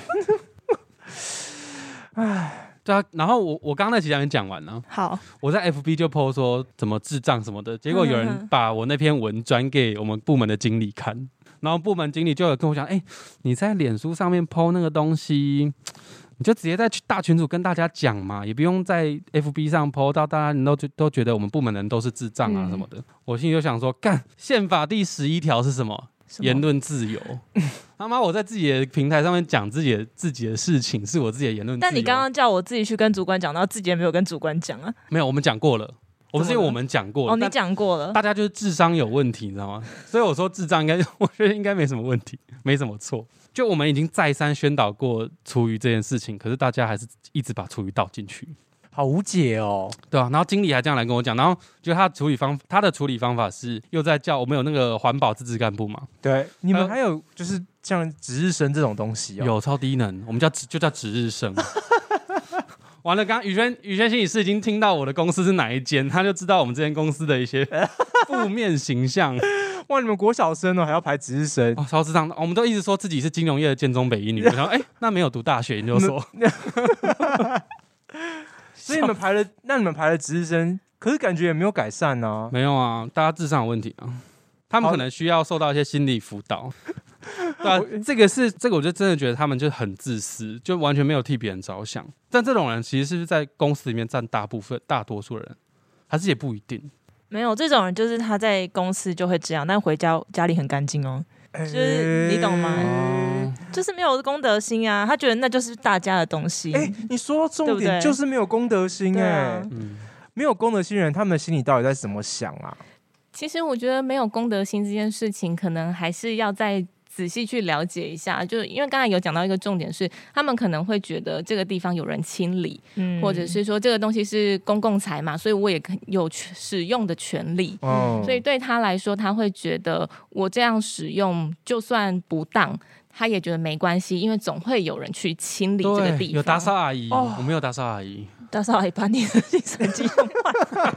Speaker 1: 唉，对啊。然后我我刚刚那几讲也讲完了，
Speaker 2: 好，
Speaker 1: 我在 FB 就 PO 说怎么智障什么的，结果有
Speaker 2: 嗯嗯
Speaker 1: 人
Speaker 2: 嗯
Speaker 1: 把我那篇文转给我们部门的经理看，然后部门经理就有跟我讲，哎、你在脸书上面 PO 那个东西。你就直接在大群组跟大家讲嘛，也不用在 FB 上 PO 到大家人都觉都觉得我们部门人都是智障啊
Speaker 4: 嗯
Speaker 1: 什么的。我心里就想说，干，宪法第十一条是什么？
Speaker 2: 什么
Speaker 1: 言论自 由。他妈，我在自己的平台上面讲自己的自己的事情，是我自己的言论自由。
Speaker 2: 但你刚刚叫我自己去跟主管讲，然后自己也没有跟主管讲啊，
Speaker 1: 没有，我们讲过了，我们是因为
Speaker 2: 怎么了
Speaker 1: 我们讲过了，
Speaker 2: 哦，你
Speaker 1: 但
Speaker 2: 讲过了，
Speaker 1: 大家就是智商有问题，你知道吗？所以我说智障应该，我觉得应该没什么问题，没什么错。就我们已经再三宣导过厨余这件事情，可是大家还是一直把厨余倒进去。
Speaker 3: 好无解哦。
Speaker 1: 对啊，然后经理还这样来跟我讲，然后就他的处理方他的处理方法是又在叫我们有那个环保自治干部嘛，
Speaker 3: 对，你们
Speaker 1: 呃
Speaker 3: 还有就是像值日生这种东西哦。
Speaker 1: 有超低能，我们叫值就叫值日生。 完了，刚刚宇轩宇轩心理师已经听到我的公司是哪一间，他就知道我们这间公司的一些负面形象。
Speaker 3: 哇，你们国小生哦还要排值日生，
Speaker 1: 哦，超智障的！我们都一直说自己是金融业的建中北 一女，然后哎，那没有读大学研究所，
Speaker 3: 所以你们排了，那你们排了值日生，可是感觉也没有改善呢、
Speaker 1: 没有啊，大家智商有问题啊，他们可能需要受到一些心理辅 导。对啊，这个是这个，我就真的觉得他们就很自私，就完全没有替别人着想。但这种人其实是不是在公司里面占大部分、大多数人，还是也不一定。
Speaker 2: 没有这种人，就是他在公司就会这样，但回家家里很干净哦，
Speaker 3: 就是
Speaker 2: 你懂吗
Speaker 1: 哦，
Speaker 3: 哎
Speaker 2: 就是没有公德心啊。他觉得那就是大家的东西。
Speaker 3: 哎、你说到重
Speaker 2: 哦对不
Speaker 3: 点，
Speaker 2: 对
Speaker 3: 就是没有公德心
Speaker 2: 对
Speaker 3: 哎、
Speaker 2: 啊
Speaker 1: 嗯，
Speaker 3: 没有公德心人，他们心里到底在怎么想啊？
Speaker 4: 其实我觉得没有公德心这件事情，可能还是要再仔细去了解一下。就是因为刚才有讲到一个重点是，他们可能会觉得这个地方有人清理，
Speaker 2: 嗯
Speaker 4: 或者是说这个东西是公共财嘛，所以我也可有使用的权利。
Speaker 3: 嗯，
Speaker 1: 哦
Speaker 4: 所以对他来说，他会觉得我这样使用就算不当，他也觉得没关系，因为总会有人去清理这个
Speaker 1: 对，
Speaker 4: 地方。
Speaker 1: 有打扫阿姨，
Speaker 3: 哦
Speaker 1: 我们有打扫阿姨，
Speaker 2: 大少阿姨把你的精神机用坏，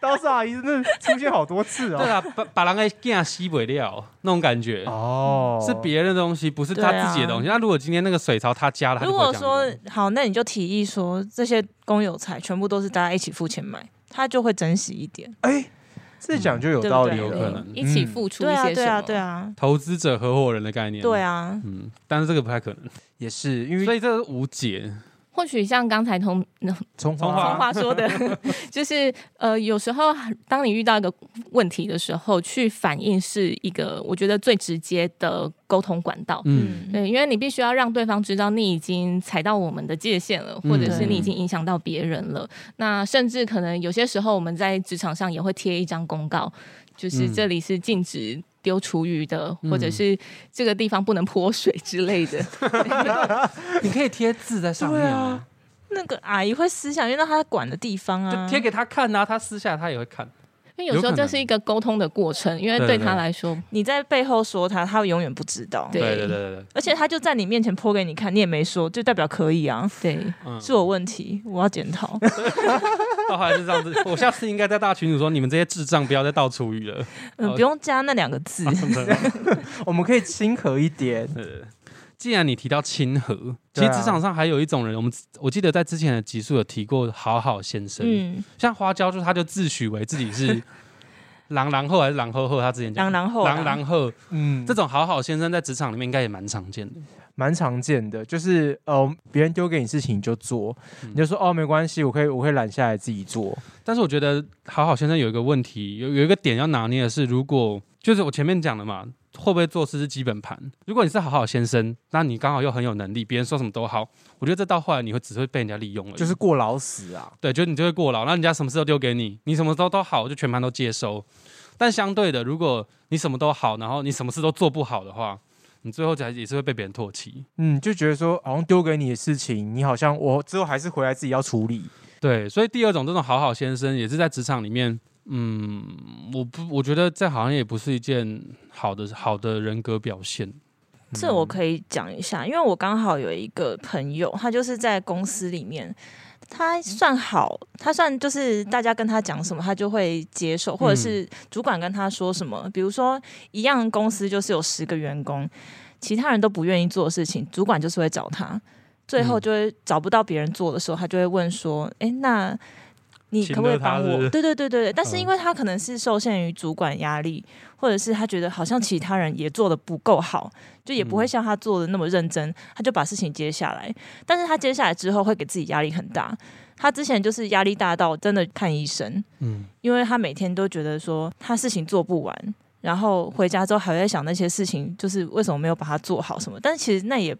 Speaker 3: 刀子阿姨真的出现好多次
Speaker 1: 对
Speaker 3: 哦。
Speaker 1: 啊，把把人给干吸不了那种感觉。
Speaker 3: 哦，
Speaker 1: 是别人的东西，不是他
Speaker 4: 啊
Speaker 1: 自己的东西。那如果今天那个水槽他加了，他就
Speaker 2: 如
Speaker 1: 不会
Speaker 2: 果
Speaker 1: 这样
Speaker 2: 说
Speaker 1: 用
Speaker 2: 好，那你就提议说这些公有财全部都是大家一起付钱买，他就会珍惜一点。
Speaker 3: 哎、这讲就有
Speaker 2: 对不
Speaker 3: 道理
Speaker 2: 对
Speaker 1: 嗯有
Speaker 3: 了。
Speaker 1: 可能
Speaker 4: 一起付出
Speaker 2: 嗯
Speaker 4: 一
Speaker 2: 对啊，
Speaker 4: 些什
Speaker 2: 对
Speaker 4: 么？
Speaker 2: 啊，对啊，
Speaker 1: 投资者合伙人的概念，
Speaker 2: 对，啊，
Speaker 1: 嗯，但是这个不太可能，
Speaker 3: 也是因
Speaker 1: 所
Speaker 3: 为
Speaker 1: 以这是无解。
Speaker 4: 或许像刚才同
Speaker 3: 从
Speaker 1: 从
Speaker 4: 从
Speaker 1: 化
Speaker 4: 话说的，就是呃，有时候当你遇到一个问题的时候，去反应是一个我觉得最直接的沟通管道。
Speaker 1: 嗯，
Speaker 4: 对，因为你必须要让对方知道你已经踩到我们的界限
Speaker 1: 嗯
Speaker 4: 了，或者是你已经影响到别人了。那甚至可能有些时候，我们在职场上也会贴一张公告，就是
Speaker 1: 嗯
Speaker 4: 这里是禁止丢厨余的，或者是这个地方不能泼水之类的。
Speaker 1: 嗯你可以贴字在上面啊，
Speaker 2: 那个阿姨会思想，因为那她管的地方啊，
Speaker 1: 就贴给他看啊，他私下他也会看。
Speaker 4: 因为有时候这是一个沟通的过程，因为
Speaker 1: 对
Speaker 4: 对
Speaker 1: 对
Speaker 4: 他
Speaker 1: 对
Speaker 4: 来说，
Speaker 2: 你在背后说她，她永远不知道。
Speaker 4: 对
Speaker 1: 对对对对，
Speaker 2: 而且她就在你面前泼给你看，你也没说，就代表可以啊。
Speaker 4: 对
Speaker 1: 嗯，
Speaker 2: 是我问题，我要检讨。
Speaker 1: 到后来是这样子， 我下次应该在大群组说，你们这些智障不要再倒厨余了。
Speaker 2: 嗯，不用加那两个字。
Speaker 3: 我们可以亲和一点。
Speaker 1: 呃，既然你提到亲和，其实
Speaker 3: 对啊
Speaker 1: 职场上还有一种人，我们我记得在之前的集数有提过好好先生，
Speaker 2: 嗯，
Speaker 1: 像花椒，就他就自诩为自己 是狼狼后还是狼后后，他之前讲
Speaker 2: 狼
Speaker 1: 的
Speaker 2: 狼后啊
Speaker 1: 狼狼后
Speaker 3: 嗯，
Speaker 1: 这种好好先生在职场里面应该也蛮常见的。
Speaker 3: 蛮常见的，就是呃，别人丢给你事情你就做，
Speaker 1: 嗯
Speaker 3: 你就说哦没关系，我可以我可以揽下来自己做。
Speaker 1: 但是我觉得好好先生有一个问题，有有一个点要拿捏的是，如果就是我前面讲的嘛，会不会做事是基本盘。如果你是好好先生，那你刚好又很有能力，别人说什么都好，我觉得这到后来你会只会被人家利用了，
Speaker 3: 就是过劳死啊。
Speaker 1: 对，就你就会过劳，那人家什么事都丢给你，你什么都都好，就全盘都接收。但相对的，如果你什么都好，然后你什么事都做不好的话，你最后还也是会被别人唾弃。
Speaker 3: 嗯，就觉得说好像丢给你的事情，你好像我之后还是回来自己要处理。
Speaker 1: 对，所以第二种这种好好先生也是在职场里面，嗯，我不，我觉得这好像也不是一件好的好的人格表现。嗯
Speaker 2: 这我可以讲一下，因为我刚好有一个朋友，他就是在公司里面，他算好，他算就是大家跟他讲什么，他就会接受，或者
Speaker 1: 嗯
Speaker 2: 是主管跟他说什么，比如说一样公司就是有十个员工，其他人都不愿意做的事情，主管就是会找他，最后
Speaker 1: 嗯
Speaker 2: 就会找不到别人做的时候，他就会问说：“哎、那。”你
Speaker 1: 请
Speaker 2: 可不可以
Speaker 1: 了他
Speaker 2: 帮
Speaker 1: 是
Speaker 2: 我
Speaker 1: 不？是
Speaker 2: 对对对对，对但是
Speaker 1: 嗯
Speaker 2: 因为他可能是受限于主管压力，或者是他觉得好像其他人也做的不够好，就也不会
Speaker 1: 嗯
Speaker 2: 像他做的那么认真，他就把事情接下来。但是他接下来之后会给自己压力很大。他之前就是压力大到真的看医生，
Speaker 1: 嗯，
Speaker 2: 因为他每天都觉得说他事情做不完，然后回家之后还会在想那些事情，就是为什么没有把它做好什么。但其实那也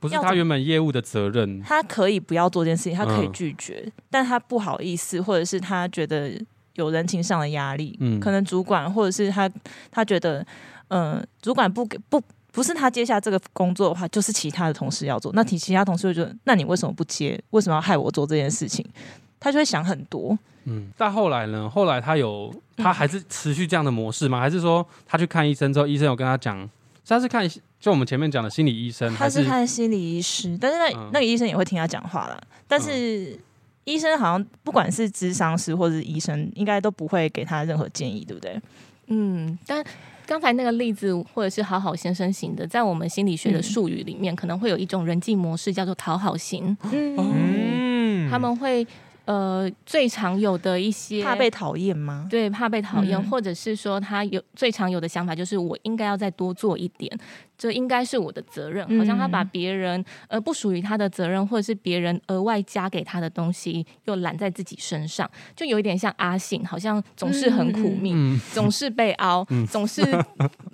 Speaker 1: 不是
Speaker 2: 要
Speaker 1: 他
Speaker 2: 怎
Speaker 1: 原本业务的责任。
Speaker 2: 他可以不要做这件事情，他可以
Speaker 1: 嗯
Speaker 2: 拒绝，但他不好意思，或者是他觉得有人情上的压力，
Speaker 1: 嗯
Speaker 2: 呃可能主管或者是他他觉得，嗯、主管不给不不是他接下这个工作的话，就是其他的同事要做。那其其他同事会觉得，那你为什么不接？为什么要害我做这件事情？他就会想很多。
Speaker 1: 嗯，但后来呢？后来他有，
Speaker 2: 嗯
Speaker 1: 他还是持续这样的模式吗？还是说他去看医生之后，医生有跟他讲，他是看就我们前面讲的心理医生，
Speaker 2: 他
Speaker 1: 还
Speaker 2: 是看心理医师，但是那、
Speaker 1: 嗯
Speaker 2: 那个医生也会听他讲话啦。但是医生好像不管是咨商师或者是医生，应该都不会给他任何建议，对不对？
Speaker 4: 嗯，但刚才那个例子或者是好好先生型的，在我们心理学的
Speaker 2: 嗯
Speaker 4: 术语里面，可能会有一种人际模式叫做讨好型，
Speaker 2: 嗯
Speaker 4: 哦
Speaker 3: 嗯
Speaker 4: 他们会呃最常有的一些
Speaker 2: 怕被讨厌吗？
Speaker 4: 对，怕被讨厌，
Speaker 2: 嗯
Speaker 4: 或者是说他有最常有的想法就是我应该要再多做一点，这应该是我的责任，好像他把
Speaker 2: 嗯
Speaker 4: 别人呃不属于他的责任，或者是别人额外加给他的东西又揽在自己身上，就有一点像阿信，好像总是很苦命，
Speaker 1: 嗯
Speaker 4: 总是被熬，
Speaker 1: 嗯
Speaker 4: 总是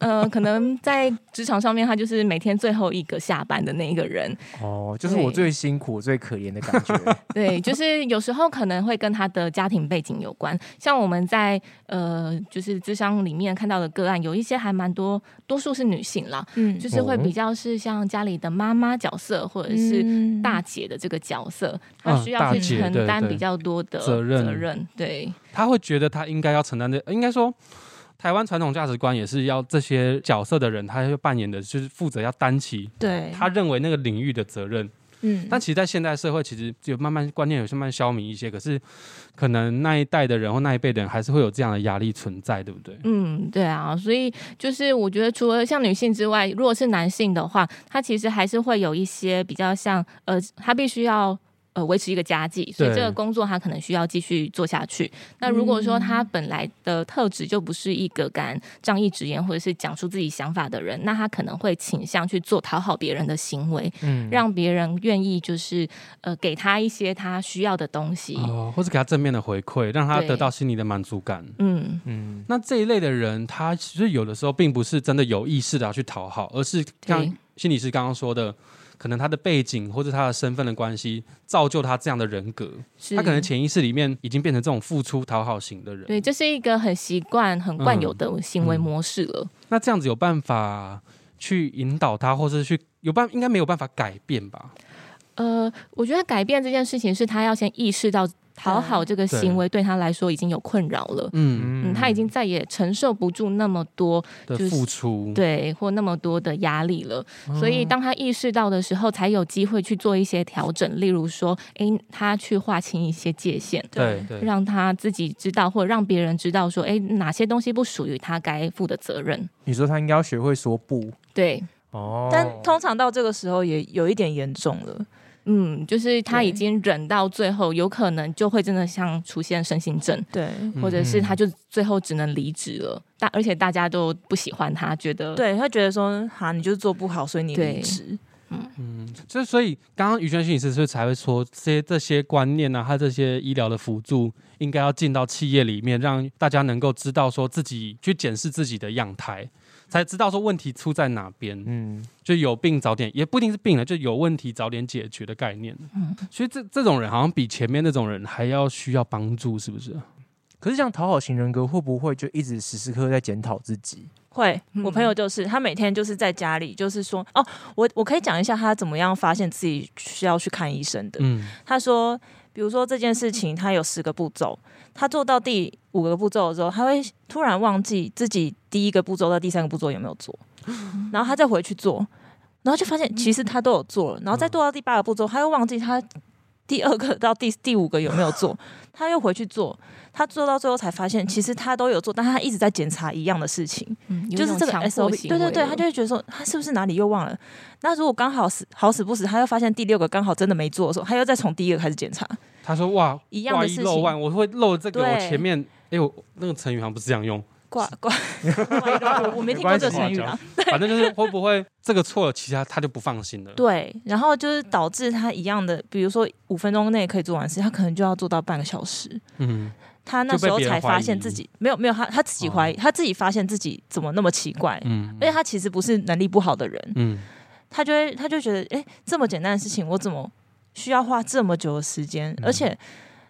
Speaker 4: 呃可能在职场上面他就是每天最后一个下班的那一个人，
Speaker 3: 哦，就是我
Speaker 4: 对
Speaker 3: 最辛苦、最可怜的感觉。
Speaker 4: 对，就是有时候可能会跟他的家庭背景有关，像我们在呃，就是智商里面看到的个案，有一些还蛮多，多数是女性啦，
Speaker 2: 嗯
Speaker 4: 就是会
Speaker 1: 哦
Speaker 4: 比较是像家里的妈妈角色或者是
Speaker 2: 嗯
Speaker 4: 大姐的这个角色，她
Speaker 1: 嗯
Speaker 4: 需要去
Speaker 1: 大姐
Speaker 4: 承担
Speaker 1: 对对
Speaker 4: 比较多的
Speaker 1: 责任
Speaker 4: 责任对，
Speaker 1: 他会觉得他应该要承担的，应该说。台湾传统价值观也是要这些角色的人，他要扮演的就是负责要担起
Speaker 4: 哎
Speaker 2: 对，
Speaker 1: 他认为那个领域的责任。
Speaker 2: 嗯
Speaker 1: 但其实，在现代社会，其实就慢慢观念有些慢慢消弭一些，可是可能那一代的人或那一辈的人还是会有这样的压力存在，对不对？
Speaker 4: 嗯，对啊，所以就是我觉得，除了像女性之外，如果是男性的话，他其实还是会有一些比较像呃，他必须要。呃，维持一个家计，所以
Speaker 1: 对嗯
Speaker 4: 这个工作他可能需要继续做下去。那如果说他本来的特质就不是一个敢仗义直言或者是讲出自己想法的人，那他可能会倾向去做讨好别人的行为，
Speaker 3: 嗯，
Speaker 4: 让别人愿意就是呃给他一些他需要的东西。
Speaker 1: 哦，或是给他正面的回馈，让他
Speaker 4: 对
Speaker 1: 得到心里的满足感。
Speaker 4: 嗯，
Speaker 3: 嗯
Speaker 1: 那这一类的人，他其实有的时候并不是真的有意识的要去讨好，而是像
Speaker 4: 对
Speaker 1: 心理师刚刚说的，可能他的背景或者他的身份的关系，造就他这样的人格。
Speaker 4: 是
Speaker 1: 他可能潜意识里面已经变成这种付出讨好型的人。
Speaker 4: 对，这是一个很习惯、很惯有的行为模式了。
Speaker 1: 那这样子有办法去引导他，或是去有办应该没有办法改变吧？
Speaker 4: 呃，我觉得改变这件事情是他要先意识到讨好这个行为对他来说已经有困扰了。
Speaker 1: 嗯，
Speaker 3: 嗯
Speaker 4: 嗯，他已经再也承受不住那么多
Speaker 1: 的
Speaker 4: 就是
Speaker 1: 付出，
Speaker 4: 对或那么多的压力了，所以当他意识到的时候，才有机会去做一些调整，例如说，诶，他去划清一些界限，
Speaker 1: 对对
Speaker 4: 让他自己知道或者让别人知道说，诶，哪些东西不属于他该负的责任。
Speaker 3: 你说他应该要学会说不
Speaker 4: 对，
Speaker 3: 哦，
Speaker 2: 但通常到这个时候也有一点严重了。
Speaker 4: 嗯，就是他已
Speaker 2: 对
Speaker 4: 经忍到最后，有可能就会真的像出现身心症，
Speaker 2: 对
Speaker 4: 或者
Speaker 2: 嗯
Speaker 4: 是他就最后只能离职了。大而且大家都不喜欢他，觉得
Speaker 2: 对，他觉得说哈，你就是做不好，所以你离
Speaker 4: 对
Speaker 2: 职。
Speaker 1: 就所以，刚刚于轩心理师是不是才会说，这些这些观念呢、啊，他这些医疗的辅助应该要进到企业里面，让大家能够知道说自己去检视自己的样态，才知道说问题出在哪边，
Speaker 3: 嗯
Speaker 1: 就有病早点，也不一定是病了，就有问题早点解决的概念。嗯，所以这这种人好像比前面那种人还要需要帮助，是不是？
Speaker 3: 可是像讨好型人格会不会就一直时时刻刻在检讨自己？
Speaker 2: 会，
Speaker 4: 嗯
Speaker 2: 我朋友就是他每天就是在家里，就是说哦，我我可以讲一下他怎么样发现自己需要去看医生的。
Speaker 1: 嗯，
Speaker 2: 他说，比如说这件事情，他有十个步骤，他做到第五个步骤的时候，他会突然忘记自己第一个步骤到第三个步骤有没有做，然后他再回去做，然后就发现其实他都有做了，然后再做到第八个步骤，他又忘记他第二个到第第五个有没有做，他又回去做，他做到最后才发现其实他都有做，但他一直在检查一样的事情。
Speaker 4: 嗯
Speaker 2: 就是这个 SOP，对对对，他就
Speaker 4: 就
Speaker 2: 会觉得说他是不是哪里又忘了？那如果刚好死好死不死，他又发现第六个刚好真的没做的时候，他又再从第一个开始检查
Speaker 1: 他说哇，
Speaker 2: 一样
Speaker 1: 挂
Speaker 2: 的
Speaker 1: 一
Speaker 2: 事
Speaker 1: 漏
Speaker 2: 情，
Speaker 1: 万，我会漏这个，
Speaker 2: 对
Speaker 1: 我前面哎、我那个成语好像不是这样用，
Speaker 2: 挂挂挂一 个，我我没听过这个成语啊啦。
Speaker 1: 反正就是会不会这个错了，其他他就不放心了。
Speaker 2: 对，然后就是导致他一样的，比如说五分钟内可以做完事，他可能就要做到半个小时。
Speaker 1: 嗯，
Speaker 2: 他那
Speaker 1: 就被
Speaker 2: 时候
Speaker 1: 别人
Speaker 2: 才
Speaker 1: 怀
Speaker 2: 发
Speaker 1: 疑哦
Speaker 2: 现自己没有没有他他自己怀疑，他自己发现自己怎么那么奇怪，
Speaker 1: 嗯
Speaker 2: 而且他其实不是能力不好的人，
Speaker 1: 嗯，
Speaker 2: 他就会他就觉得，哎、这么简单的事情，我怎么需要花这么久的时间？而且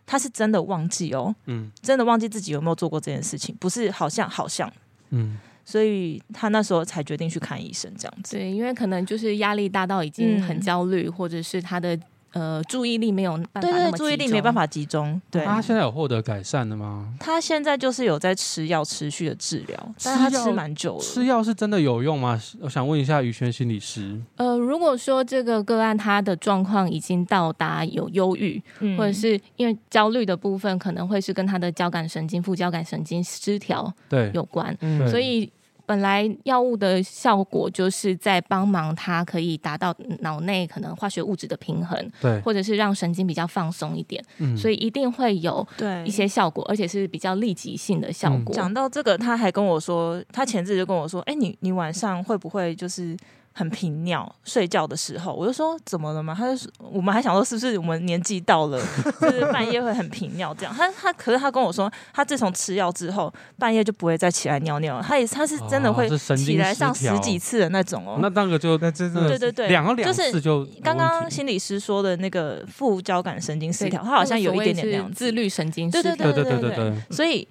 Speaker 2: 他是真的忘记哦，
Speaker 1: 嗯
Speaker 2: 真的忘记自己有没有做过这件事情，不是好像好像。
Speaker 1: 嗯，
Speaker 2: 所以他那时候才决定去看医生这样子。
Speaker 4: 对，因为可能就是压力大到已经很
Speaker 2: 嗯
Speaker 4: 焦虑，或者是他的呃注意力没有办法
Speaker 2: 对
Speaker 4: 那
Speaker 2: 对，
Speaker 4: 么
Speaker 2: 注意力
Speaker 4: 集
Speaker 2: 没办
Speaker 4: 中。
Speaker 2: 法集中。对，
Speaker 1: 他现在有获得改善了吗？
Speaker 2: 他现在就是有在吃药，持续的治疗，但是
Speaker 1: 吃
Speaker 2: 他
Speaker 1: 药
Speaker 2: 吃蛮久了。
Speaker 1: 吃药是真的有用吗？我想问一下于轩心理师。
Speaker 4: 呃，如果说这个个案他的状况已经到达有忧郁，
Speaker 2: 嗯
Speaker 4: 或者是因为焦虑的部分可能会是跟他的交感神经、副交感神经失调
Speaker 1: 对，
Speaker 4: 有关，
Speaker 1: 对
Speaker 3: 嗯，
Speaker 4: 所以。本来药物的效果就是在帮忙他可以达到脑内可能化学物质的平衡，
Speaker 1: 对，
Speaker 4: 或者是让神经比较放松一点，
Speaker 1: 嗯
Speaker 4: 所以一定会有
Speaker 2: 对
Speaker 4: 一些效果，而且是比较立即性的效果。
Speaker 2: 讲到这个，他还跟我说，他前阵子就跟我说，哎、你你晚上会不会就是很频尿？睡觉的时候，我就说怎么了嘛？他就说，我们还想说是不是我们年纪到了，就是半夜会很频尿这样。他他可是他跟我说，他自从吃药之后，半夜就不会再起来尿尿了。他也他是真的会
Speaker 1: 哦是神经
Speaker 2: 起来上
Speaker 1: 失调
Speaker 2: 十几次的那种哦。
Speaker 1: 那那个就
Speaker 3: 那真
Speaker 1: 那
Speaker 3: 的
Speaker 2: 对对对，
Speaker 1: 两个
Speaker 2: 就
Speaker 1: 两
Speaker 2: 是
Speaker 1: 次就
Speaker 2: 刚
Speaker 1: 有
Speaker 2: 刚
Speaker 1: 问题
Speaker 2: 心理师说的那个副交感神经失
Speaker 4: 对
Speaker 2: 调，他好像有一点点
Speaker 4: 那
Speaker 2: 那
Speaker 4: 个所
Speaker 2: 样
Speaker 4: 谓是
Speaker 2: 子
Speaker 4: 自律神经失
Speaker 2: 对
Speaker 4: 调。
Speaker 1: 对
Speaker 2: 对对
Speaker 1: 对对
Speaker 2: 对
Speaker 1: 对，
Speaker 2: 所以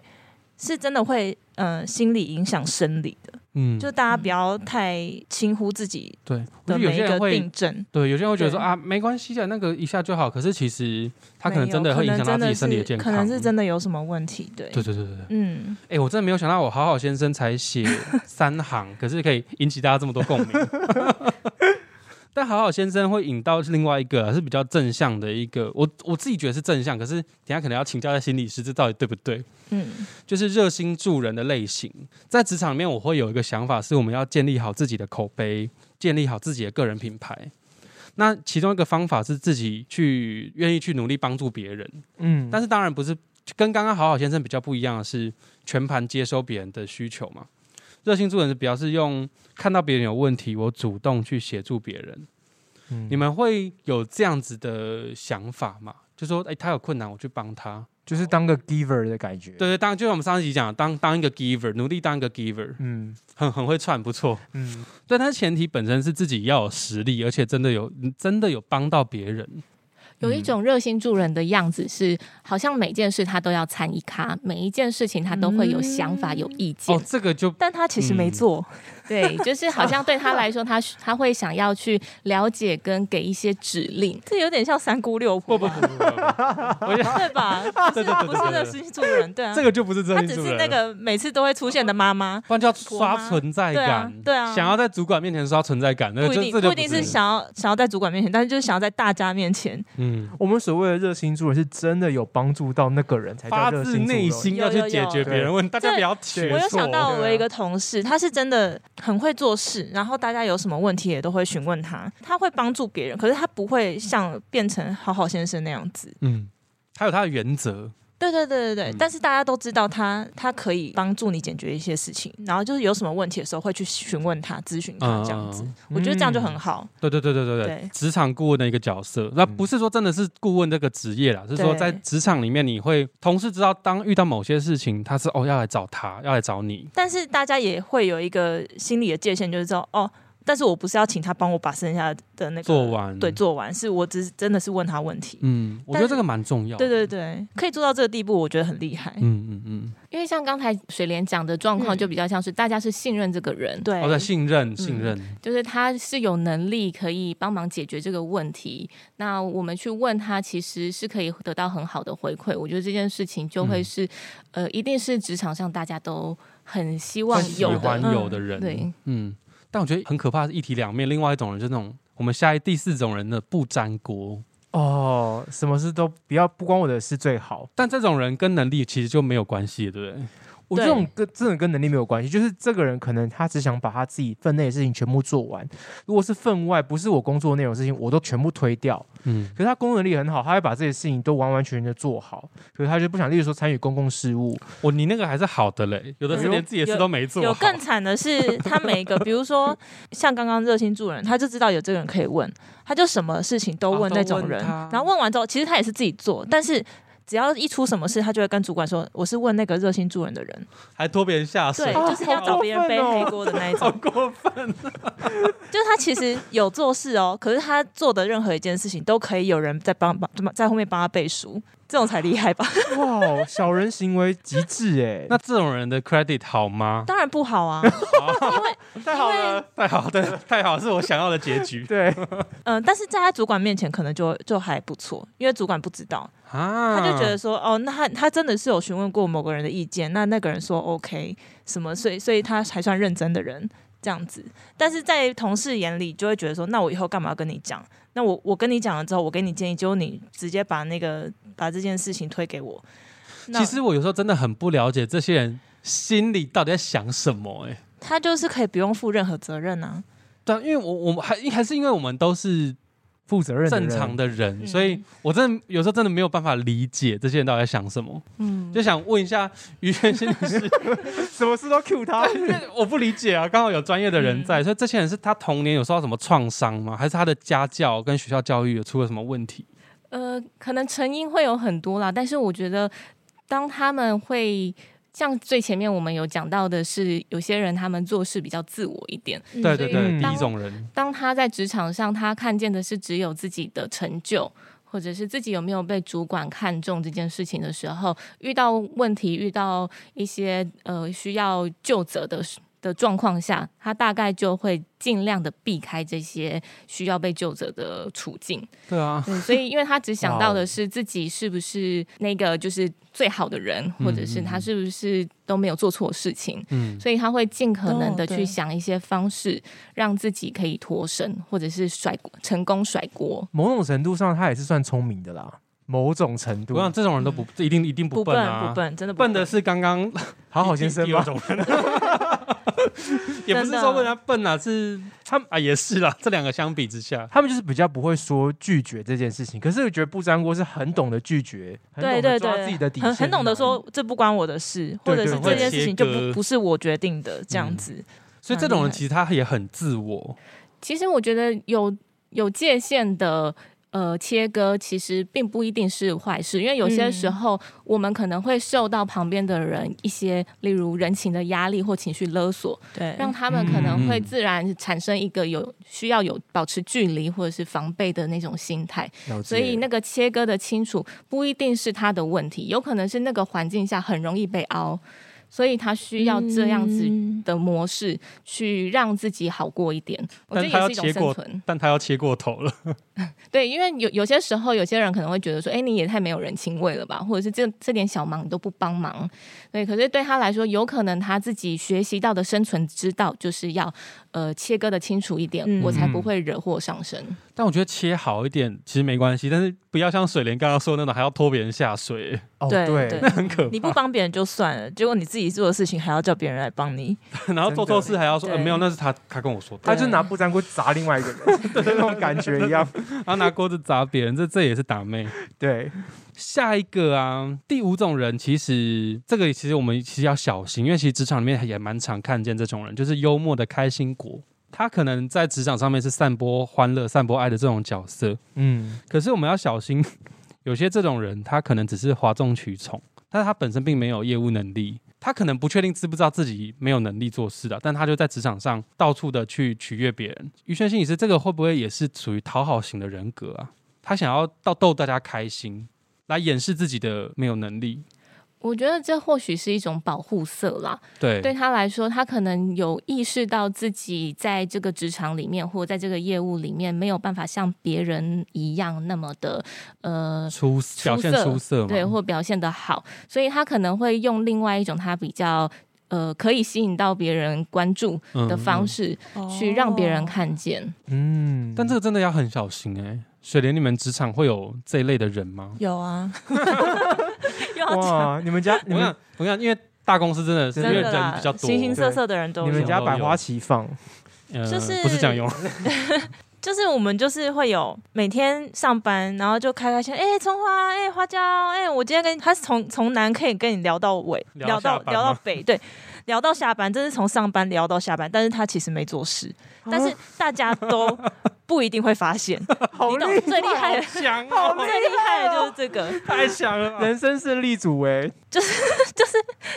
Speaker 2: 是真的会呃心理影响生理的，
Speaker 1: 嗯，
Speaker 2: 就大家不要太轻忽自己
Speaker 1: 对，我觉得
Speaker 2: 的
Speaker 1: 有
Speaker 2: 每
Speaker 1: 些
Speaker 2: 一
Speaker 1: 人
Speaker 2: 个
Speaker 1: 会
Speaker 2: 病症。
Speaker 1: 对，有些人会觉得说
Speaker 2: 对
Speaker 1: 啊，没关系的，那个一下就好。可是其实他可能
Speaker 2: 没有
Speaker 1: 真的会影响到自己身体的健康，嗯
Speaker 2: 可能真的是可能是真的有什么问题，对，
Speaker 1: 对对对对对。
Speaker 2: 嗯，
Speaker 1: 哎、我真的没有想到，我好好先生才 写三行，可是可以引起大家这么多共鸣。 但好好先生会引到另外一个啊是比较正向的一个，我我自己觉得是正向，可是等一下可能要请教一下心理师，这到底对不对？
Speaker 2: 嗯，
Speaker 1: 就是热心助人的类型。在职场里面，我会有一个想法，是我们要建立好自己的口碑，建立好自己的个人品牌。那其中一个方法是自己去愿意去努力帮助别人，
Speaker 3: 嗯，
Speaker 1: 但是当然不是跟刚刚好好先生比较不一样的是，全盘接收别人的需求嘛。热心助人是比较是用看到别人有问题，我主动去协助别人。
Speaker 3: 嗯
Speaker 1: 你们会有这样子的想法吗？就说，哎、他有困难，我去帮他。
Speaker 3: 就是当个 giver 的感觉，，
Speaker 1: 对对，当就像我们上一集讲，当当一个 giver，努力当一个 giver，
Speaker 3: 嗯
Speaker 1: 很很会串，不错。
Speaker 3: 嗯，
Speaker 1: 对，但是前提本身是自己要有实力，而且真的有真的有帮到别人。
Speaker 4: 有一种热心助人的样子是，好像每件事他都要参一咖，每一件事情他都会有想法、有意见
Speaker 1: 哦，。这个就
Speaker 2: 但他其
Speaker 1: 嗯
Speaker 2: 实没做，
Speaker 4: 对，就是好像对他来说，他他会想要去了解跟给一些指令。
Speaker 2: 这有点像三姑六 婆
Speaker 1: 不不不
Speaker 2: 吧，
Speaker 1: 不不不，
Speaker 2: 对吧？
Speaker 1: 对对
Speaker 2: 不是
Speaker 1: 对
Speaker 2: 不是
Speaker 1: 对
Speaker 2: 热
Speaker 1: 对
Speaker 2: 心助人，对啊
Speaker 1: 这，个就不是热
Speaker 2: 他
Speaker 1: 心
Speaker 2: 只
Speaker 1: 助
Speaker 2: 是
Speaker 1: 人。
Speaker 2: 那个每次都会出现的妈妈，
Speaker 1: 不然叫
Speaker 2: 婆
Speaker 1: 刷
Speaker 2: 吗
Speaker 1: 存在
Speaker 2: 对啊
Speaker 1: 感，
Speaker 2: 对啊
Speaker 1: 想要在主管面前刷存在感，那
Speaker 2: 不
Speaker 1: 个就
Speaker 2: 一定
Speaker 1: 呃这就
Speaker 2: 不一定
Speaker 1: 是
Speaker 2: 是想要想要在主管面前，但是就是想要在大家面前，
Speaker 1: 嗯，
Speaker 3: 我们所谓的热心助人是真的有帮助到那个人才叫
Speaker 1: 发
Speaker 3: 热
Speaker 1: 自
Speaker 3: 心助
Speaker 1: 内
Speaker 3: 人，
Speaker 1: 心
Speaker 2: 有
Speaker 1: 要去
Speaker 2: 有
Speaker 1: 解
Speaker 2: 有
Speaker 1: 决别人问题，大家
Speaker 2: 这
Speaker 1: 不要学
Speaker 2: 我有
Speaker 1: 错
Speaker 2: 想到
Speaker 3: 对啊
Speaker 2: 我有一个同事，他是真的很会做事，然后大家有什么问题也都会询问他，他会帮助别人，可是他不会像变成好好先生那样子。
Speaker 1: 嗯，他有他的原则，
Speaker 2: 对对对对对，
Speaker 1: 嗯
Speaker 2: 但是大家都知道他，他可以帮助你解决一些事情，然后就是有什么问题的时候会去询问他、咨询他这样子。
Speaker 1: 嗯
Speaker 2: 我觉得这样就很好。
Speaker 1: 对对对对对对
Speaker 2: 对，
Speaker 1: 职场顾问的一个角色，那
Speaker 3: 嗯
Speaker 1: 不是说真的是顾问这个职业啦，是说
Speaker 2: 对
Speaker 1: 在职场里面，你会同事知道，当遇到某些事情，他是哦要来找他，要来找你，
Speaker 2: 但是大家也会有一个心理的界限，就是说哦。但是我不是要请他帮我把剩下的那个
Speaker 1: 做完
Speaker 2: 对，做完，是我只是真的是问他问题，
Speaker 1: 嗯，我觉
Speaker 2: 但
Speaker 1: 得
Speaker 2: 是
Speaker 1: 这个蛮重要，
Speaker 2: 对，对对，可以做到这个地步，我觉得很厉害。
Speaker 1: 嗯嗯嗯，
Speaker 4: 因为像刚才水莲讲的状况，
Speaker 2: 嗯
Speaker 4: 就比较像是大家是信任这个人，
Speaker 2: 对，嗯
Speaker 1: 哦，对，信任信任，
Speaker 4: 就是他是有能力可以帮忙解决这个问题。那我们去问他，其实是可以得到很好的回馈。我觉得这件事情就
Speaker 1: 嗯
Speaker 4: 会是，呃，一定是职场上大家都很希望
Speaker 1: 喜
Speaker 4: 有
Speaker 1: 欢
Speaker 4: 的。
Speaker 1: 有的人，
Speaker 4: 对，
Speaker 1: 嗯，但我觉得很可怕是一体两面，另外一种人就是那种我们下一第四种人的不粘锅，
Speaker 3: 哦，什么事都不要，不关我的事最好。
Speaker 1: 但这种人跟能力其实就没有关系，对不对？
Speaker 3: 我这种跟真的跟能力没有关系，就是这个人可能他只想把他自己分内的事情全部做完。如果是分外不是我工作内容的事情，我都全部推掉。
Speaker 1: 嗯，
Speaker 3: 可是他工作能力很好，他会把这些事情都完完全全的做好。可是他就不想，例如说参与公共事务，
Speaker 1: 我哦你那个还是好的嘞，有的是
Speaker 2: 哎有
Speaker 1: 连自己的事都没做好，
Speaker 2: 有更惨 的是，他每一个，比如说像刚刚热心助人，他就知道有这个人可以问，他就什么事情都
Speaker 1: 啊
Speaker 2: 问
Speaker 1: 都
Speaker 2: 那种
Speaker 1: 问
Speaker 2: 人，
Speaker 1: 他
Speaker 2: 然后问完之后，其实他也是自己做，但是只要一出什么事，他就会跟主管说我是问那个热心助人的人，
Speaker 1: 还拖别人下水啊
Speaker 2: 对，，就是
Speaker 1: 哦
Speaker 2: 要找别人背黑锅的那一种
Speaker 1: 好。过分。啊
Speaker 2: 就是他其实有做事哦，可是他做的任何一件事情都可以有人在帮帮在后面帮他背书，这种才厉害吧？
Speaker 3: 哇，小人行为极致哎，
Speaker 1: 那这种人的 credit 好吗？
Speaker 2: 当然不好啊，
Speaker 3: 太
Speaker 2: 好了，
Speaker 1: 太好，对，太好，是我想要的结局
Speaker 3: 对，
Speaker 2: 嗯、但是在他主管面前可能就就还不错，因为主管不知道，
Speaker 1: 啊
Speaker 2: 他就觉得说，哦，那他他真的是有询问过某个人的意见，那那个人说 OK 什么，所以所以他才算认真的人这样子。但是在同事眼里就会觉得说，那我以后干嘛要跟你讲？那我我跟你讲了之后，我给你建议，结果你直接把那个把这件事情推给我。那
Speaker 1: 其实我有时候真的很不了解这些人心里到底在想什么、欸，哎，
Speaker 2: 他就是可以不用负任何责任啊。
Speaker 1: 对啊，因为我我们还还是因为我们都是
Speaker 3: 负责任的
Speaker 1: 正
Speaker 3: 人
Speaker 1: 常的人，
Speaker 4: 嗯
Speaker 1: 所以我真的有时候真的没有办法理解这些人到底在想什么，
Speaker 4: 嗯，
Speaker 1: 就想问一下于轩心理师，
Speaker 3: 什么事都 Q 他，
Speaker 1: 因为我不理解啊，刚好有专业的人
Speaker 2: 嗯
Speaker 1: 在，所以这些人是他童年有受到什么创伤吗？还是他的家教跟学校教育有出了什么问题？
Speaker 4: 呃，可能成因会有很多啦，但是我觉得当他们会。像最前面我们有讲到的是，有些人他们做事比较自我一点。
Speaker 1: 对对
Speaker 4: 所
Speaker 1: 对，
Speaker 3: 以
Speaker 1: 第
Speaker 4: 当
Speaker 1: 一种人，
Speaker 4: 当他在职场上，他看见的是只有自己的成就，或者是自己有没有被主管看重这件事情的时候，遇到问题、遇到一些呃需要救责的时的状况下，他大概就会尽量的避开这些需要被救责的处境。
Speaker 1: 对啊，
Speaker 4: 嗯，所以因为他只想
Speaker 3: 哇
Speaker 4: 到
Speaker 3: 哦
Speaker 4: 的是自己是不是那个就是最好的人，
Speaker 1: 嗯
Speaker 4: 或者是他是不是都没有做错事情，
Speaker 1: 嗯，
Speaker 4: 所以他会尽可能的
Speaker 2: 哦对
Speaker 4: 去想一些方式，让自己可以脱身，或者是甩锅成功甩锅。
Speaker 3: 某种程度上他也是算聪明的啦，某种程度
Speaker 1: 我，想这种人都不一定一定
Speaker 2: 不
Speaker 1: 笨
Speaker 2: 笨
Speaker 1: 啊，
Speaker 2: 不笨，真的不
Speaker 1: 笨的是刚刚
Speaker 3: 好好先 生
Speaker 1: 第
Speaker 3: 吧
Speaker 1: 二，种人， 也不是说问他笨啊，是他们啊也是啦， 这两个相比之下，
Speaker 3: 他们就是比较不会说拒绝这件事情，可是我觉得不粘锅是很懂得拒绝，很
Speaker 2: 对
Speaker 3: 懂
Speaker 2: 对
Speaker 3: 得抓
Speaker 2: 对，
Speaker 3: 自己的底线
Speaker 2: 很很懂得说这不关我的事，或
Speaker 3: 对
Speaker 2: 者
Speaker 3: 对
Speaker 2: 是
Speaker 3: 会
Speaker 2: 这件
Speaker 1: 切
Speaker 2: 事情就
Speaker 1: 割
Speaker 2: 不不是我决定的这样
Speaker 1: 嗯
Speaker 2: 子。
Speaker 1: 所以这种人其实他也很自我，
Speaker 4: 其实我觉得有有界限的。呃，切割其实并不一定是坏事，因为有些
Speaker 2: 嗯
Speaker 4: 时候我们可能会受到旁边的人一些，例如人情的压力或情绪勒索，
Speaker 2: 对，
Speaker 4: 让他们可能会自然产生一个有需要有保持距离或者是防备的那种心态。
Speaker 3: 了解
Speaker 4: 所以那个切割的清楚不一定是他的问题，有可能是那个环境下很容易被凹，所以他需要这样子
Speaker 2: 嗯
Speaker 4: 的模式去让自己好过一点。我觉
Speaker 1: 但
Speaker 4: 得
Speaker 1: 他
Speaker 4: 也
Speaker 1: 要
Speaker 4: 是一种
Speaker 1: 切
Speaker 4: 生
Speaker 1: 过
Speaker 4: 存。，
Speaker 1: 但他要切过头了，
Speaker 4: 对，因为有有些时候，有些人可能会觉得说，哎，你也太没有人情味了吧，或者是这这点小忙你都不帮忙。对，可是对他来说，有可能他自己学习到的生存之道就是要呃切割的清楚一点，
Speaker 2: 嗯
Speaker 4: 我才不会惹祸上身。
Speaker 1: 但我觉得切好一点其实没关系，但是不要像水莲刚刚说的那种还要拖别人下水， 欸
Speaker 3: 哦
Speaker 2: 对
Speaker 3: 对
Speaker 2: 对，
Speaker 1: 很可
Speaker 2: 你不帮别人就算了，结果你自己做的事情还要叫别人来帮你，
Speaker 1: 怕，然后做错事还要说、呃
Speaker 2: 对
Speaker 1: 没有，那是他他跟我说 的，
Speaker 3: 他就拿不粘锅砸另外一个人， 的那种感觉 一样。
Speaker 1: 然后拿锅子砸别人，这这也是打妹。
Speaker 3: 对，
Speaker 1: 下一个啊，第五种人，其实这个其实我们其实要小心，因为其实职场里面也蛮常看见这种人，就是幽默的开心果。他可能在职场上面是散播欢乐、散播爱的这种角色，
Speaker 3: 嗯，
Speaker 1: 可是我们要小心， 有些这种人他可能只是哗众取宠，但是他本身并没有业务能力，他可能不确定知不知道自己没有能力做事啊的，但他就在职场上到处的去取悦别人。于轩心理师这个会不会也是属于讨好型的人格啊？他想要到逗大家开心，来掩饰自己的没有能力。
Speaker 4: 我觉得这或许是一种保护色啦，
Speaker 1: 对，
Speaker 4: 对他来说，他可能有意识到自己在这个职场里面或在这个业务里面没有办法像别人一样那么的呃
Speaker 1: 出表现出色嘛，
Speaker 4: 对或表现的好，所以他可能会用另外一种他比较呃可以吸引到别人关注
Speaker 1: 嗯哦
Speaker 4: 的方。式、
Speaker 2: 哦
Speaker 4: 去让别人看见。
Speaker 3: 嗯，
Speaker 1: 但这个真的要很小心哎、水莲，你们职场会有这一类的人吗？
Speaker 2: 有啊， 又要讲
Speaker 3: 哇，你们家你
Speaker 1: 我
Speaker 3: 们
Speaker 1: 想，我想，因为大公司真的是
Speaker 3: 真
Speaker 1: 因
Speaker 3: 的
Speaker 1: 为
Speaker 2: 真的
Speaker 1: 人
Speaker 2: 啦
Speaker 1: 比较，多，
Speaker 2: 形形色色的人都
Speaker 3: 你们
Speaker 2: 有，
Speaker 3: 家百花齐放，
Speaker 1: 呃
Speaker 2: 就是
Speaker 1: 不是这样 用，
Speaker 2: 就是我们就是会有每天上班，然后就开开心，哎、葱花，哎、花椒，哎、我今天跟他是从从南可以跟你聊到尾，
Speaker 1: 聊到
Speaker 2: 聊
Speaker 1: 下
Speaker 2: 到
Speaker 1: 班吗
Speaker 2: 聊到北，对。聊到下班，真是从上班聊到下班，但是他其实没做事，但是大家都不一定会发现，
Speaker 3: 好
Speaker 2: 你懂
Speaker 3: 厉啊
Speaker 2: 最厉害的。
Speaker 1: 强
Speaker 2: 最
Speaker 1: 哦，
Speaker 2: 厉害的就是这个，
Speaker 1: 太强了吧。
Speaker 3: 人生胜利组哎，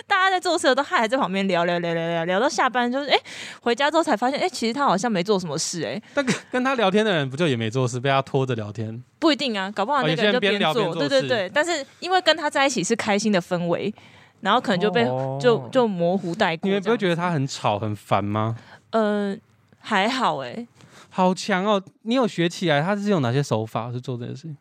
Speaker 2: 大家在做事的都他还在旁边聊聊聊聊聊，聊到下班就是哎、回家之后才发现哎、其实他好像没做什么事哎、
Speaker 1: 但跟跟他聊天的人不就也没做事，被他拖着聊天？
Speaker 2: 不一定啊，搞不好
Speaker 1: 哦
Speaker 2: 那
Speaker 1: 有些
Speaker 2: 个
Speaker 1: 人
Speaker 2: 人就
Speaker 1: 边聊
Speaker 2: 做，
Speaker 1: 边做
Speaker 2: 对对
Speaker 1: 事
Speaker 2: 对。但是因为跟他在一起是开心的氛围，然后可能就被、
Speaker 3: 哦
Speaker 2: 就就模糊带过
Speaker 1: 你
Speaker 2: 这样。
Speaker 1: 们不会觉得他很吵很烦吗？
Speaker 2: 呃还好哎、
Speaker 1: 好强哦！你有学起来，他是用哪些手法去做这件事情？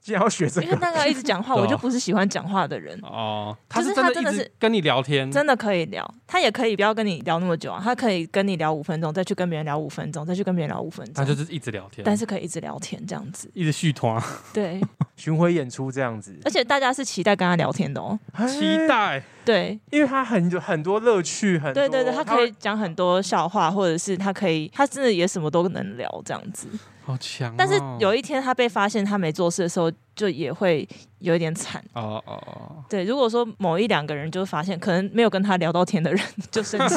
Speaker 3: 竟然要学这
Speaker 2: 因为
Speaker 3: 个，
Speaker 2: 那个一直讲话，
Speaker 1: 对啊
Speaker 2: 我就不是喜欢讲话的人。
Speaker 1: 哦，他
Speaker 2: 就是是
Speaker 1: 真
Speaker 2: 他
Speaker 1: 的
Speaker 2: 真
Speaker 1: 一
Speaker 2: 的
Speaker 1: 直
Speaker 2: 是
Speaker 1: 跟你聊天，
Speaker 2: 真的可以聊，他也可以不要跟你聊那么久啊，他可以跟你聊五分钟，再去跟别人聊五分钟，再去跟别人聊五分
Speaker 1: 他
Speaker 2: 钟，
Speaker 1: 就是一直聊天，
Speaker 2: 但是可以一直聊天这样子。
Speaker 1: 一直续团，
Speaker 2: 对，
Speaker 3: 巡回演出这样子，
Speaker 2: 而且大家是期待跟他聊天的哦。
Speaker 1: 期
Speaker 3: 哎，
Speaker 1: 待。
Speaker 2: 对，
Speaker 3: 因为他很很多乐趣，很
Speaker 2: 对对对，
Speaker 3: 多
Speaker 2: 他可以讲很多笑话，或者是他可以，他真的也什么都能聊这样子。
Speaker 1: 好强哦、
Speaker 2: 但是有一天他被发现他没做事的时候，就也会有一点惨。
Speaker 1: 哦哦哦，
Speaker 2: 对，如果说某一两个人就发现可能没有跟他聊到天的人就生 气，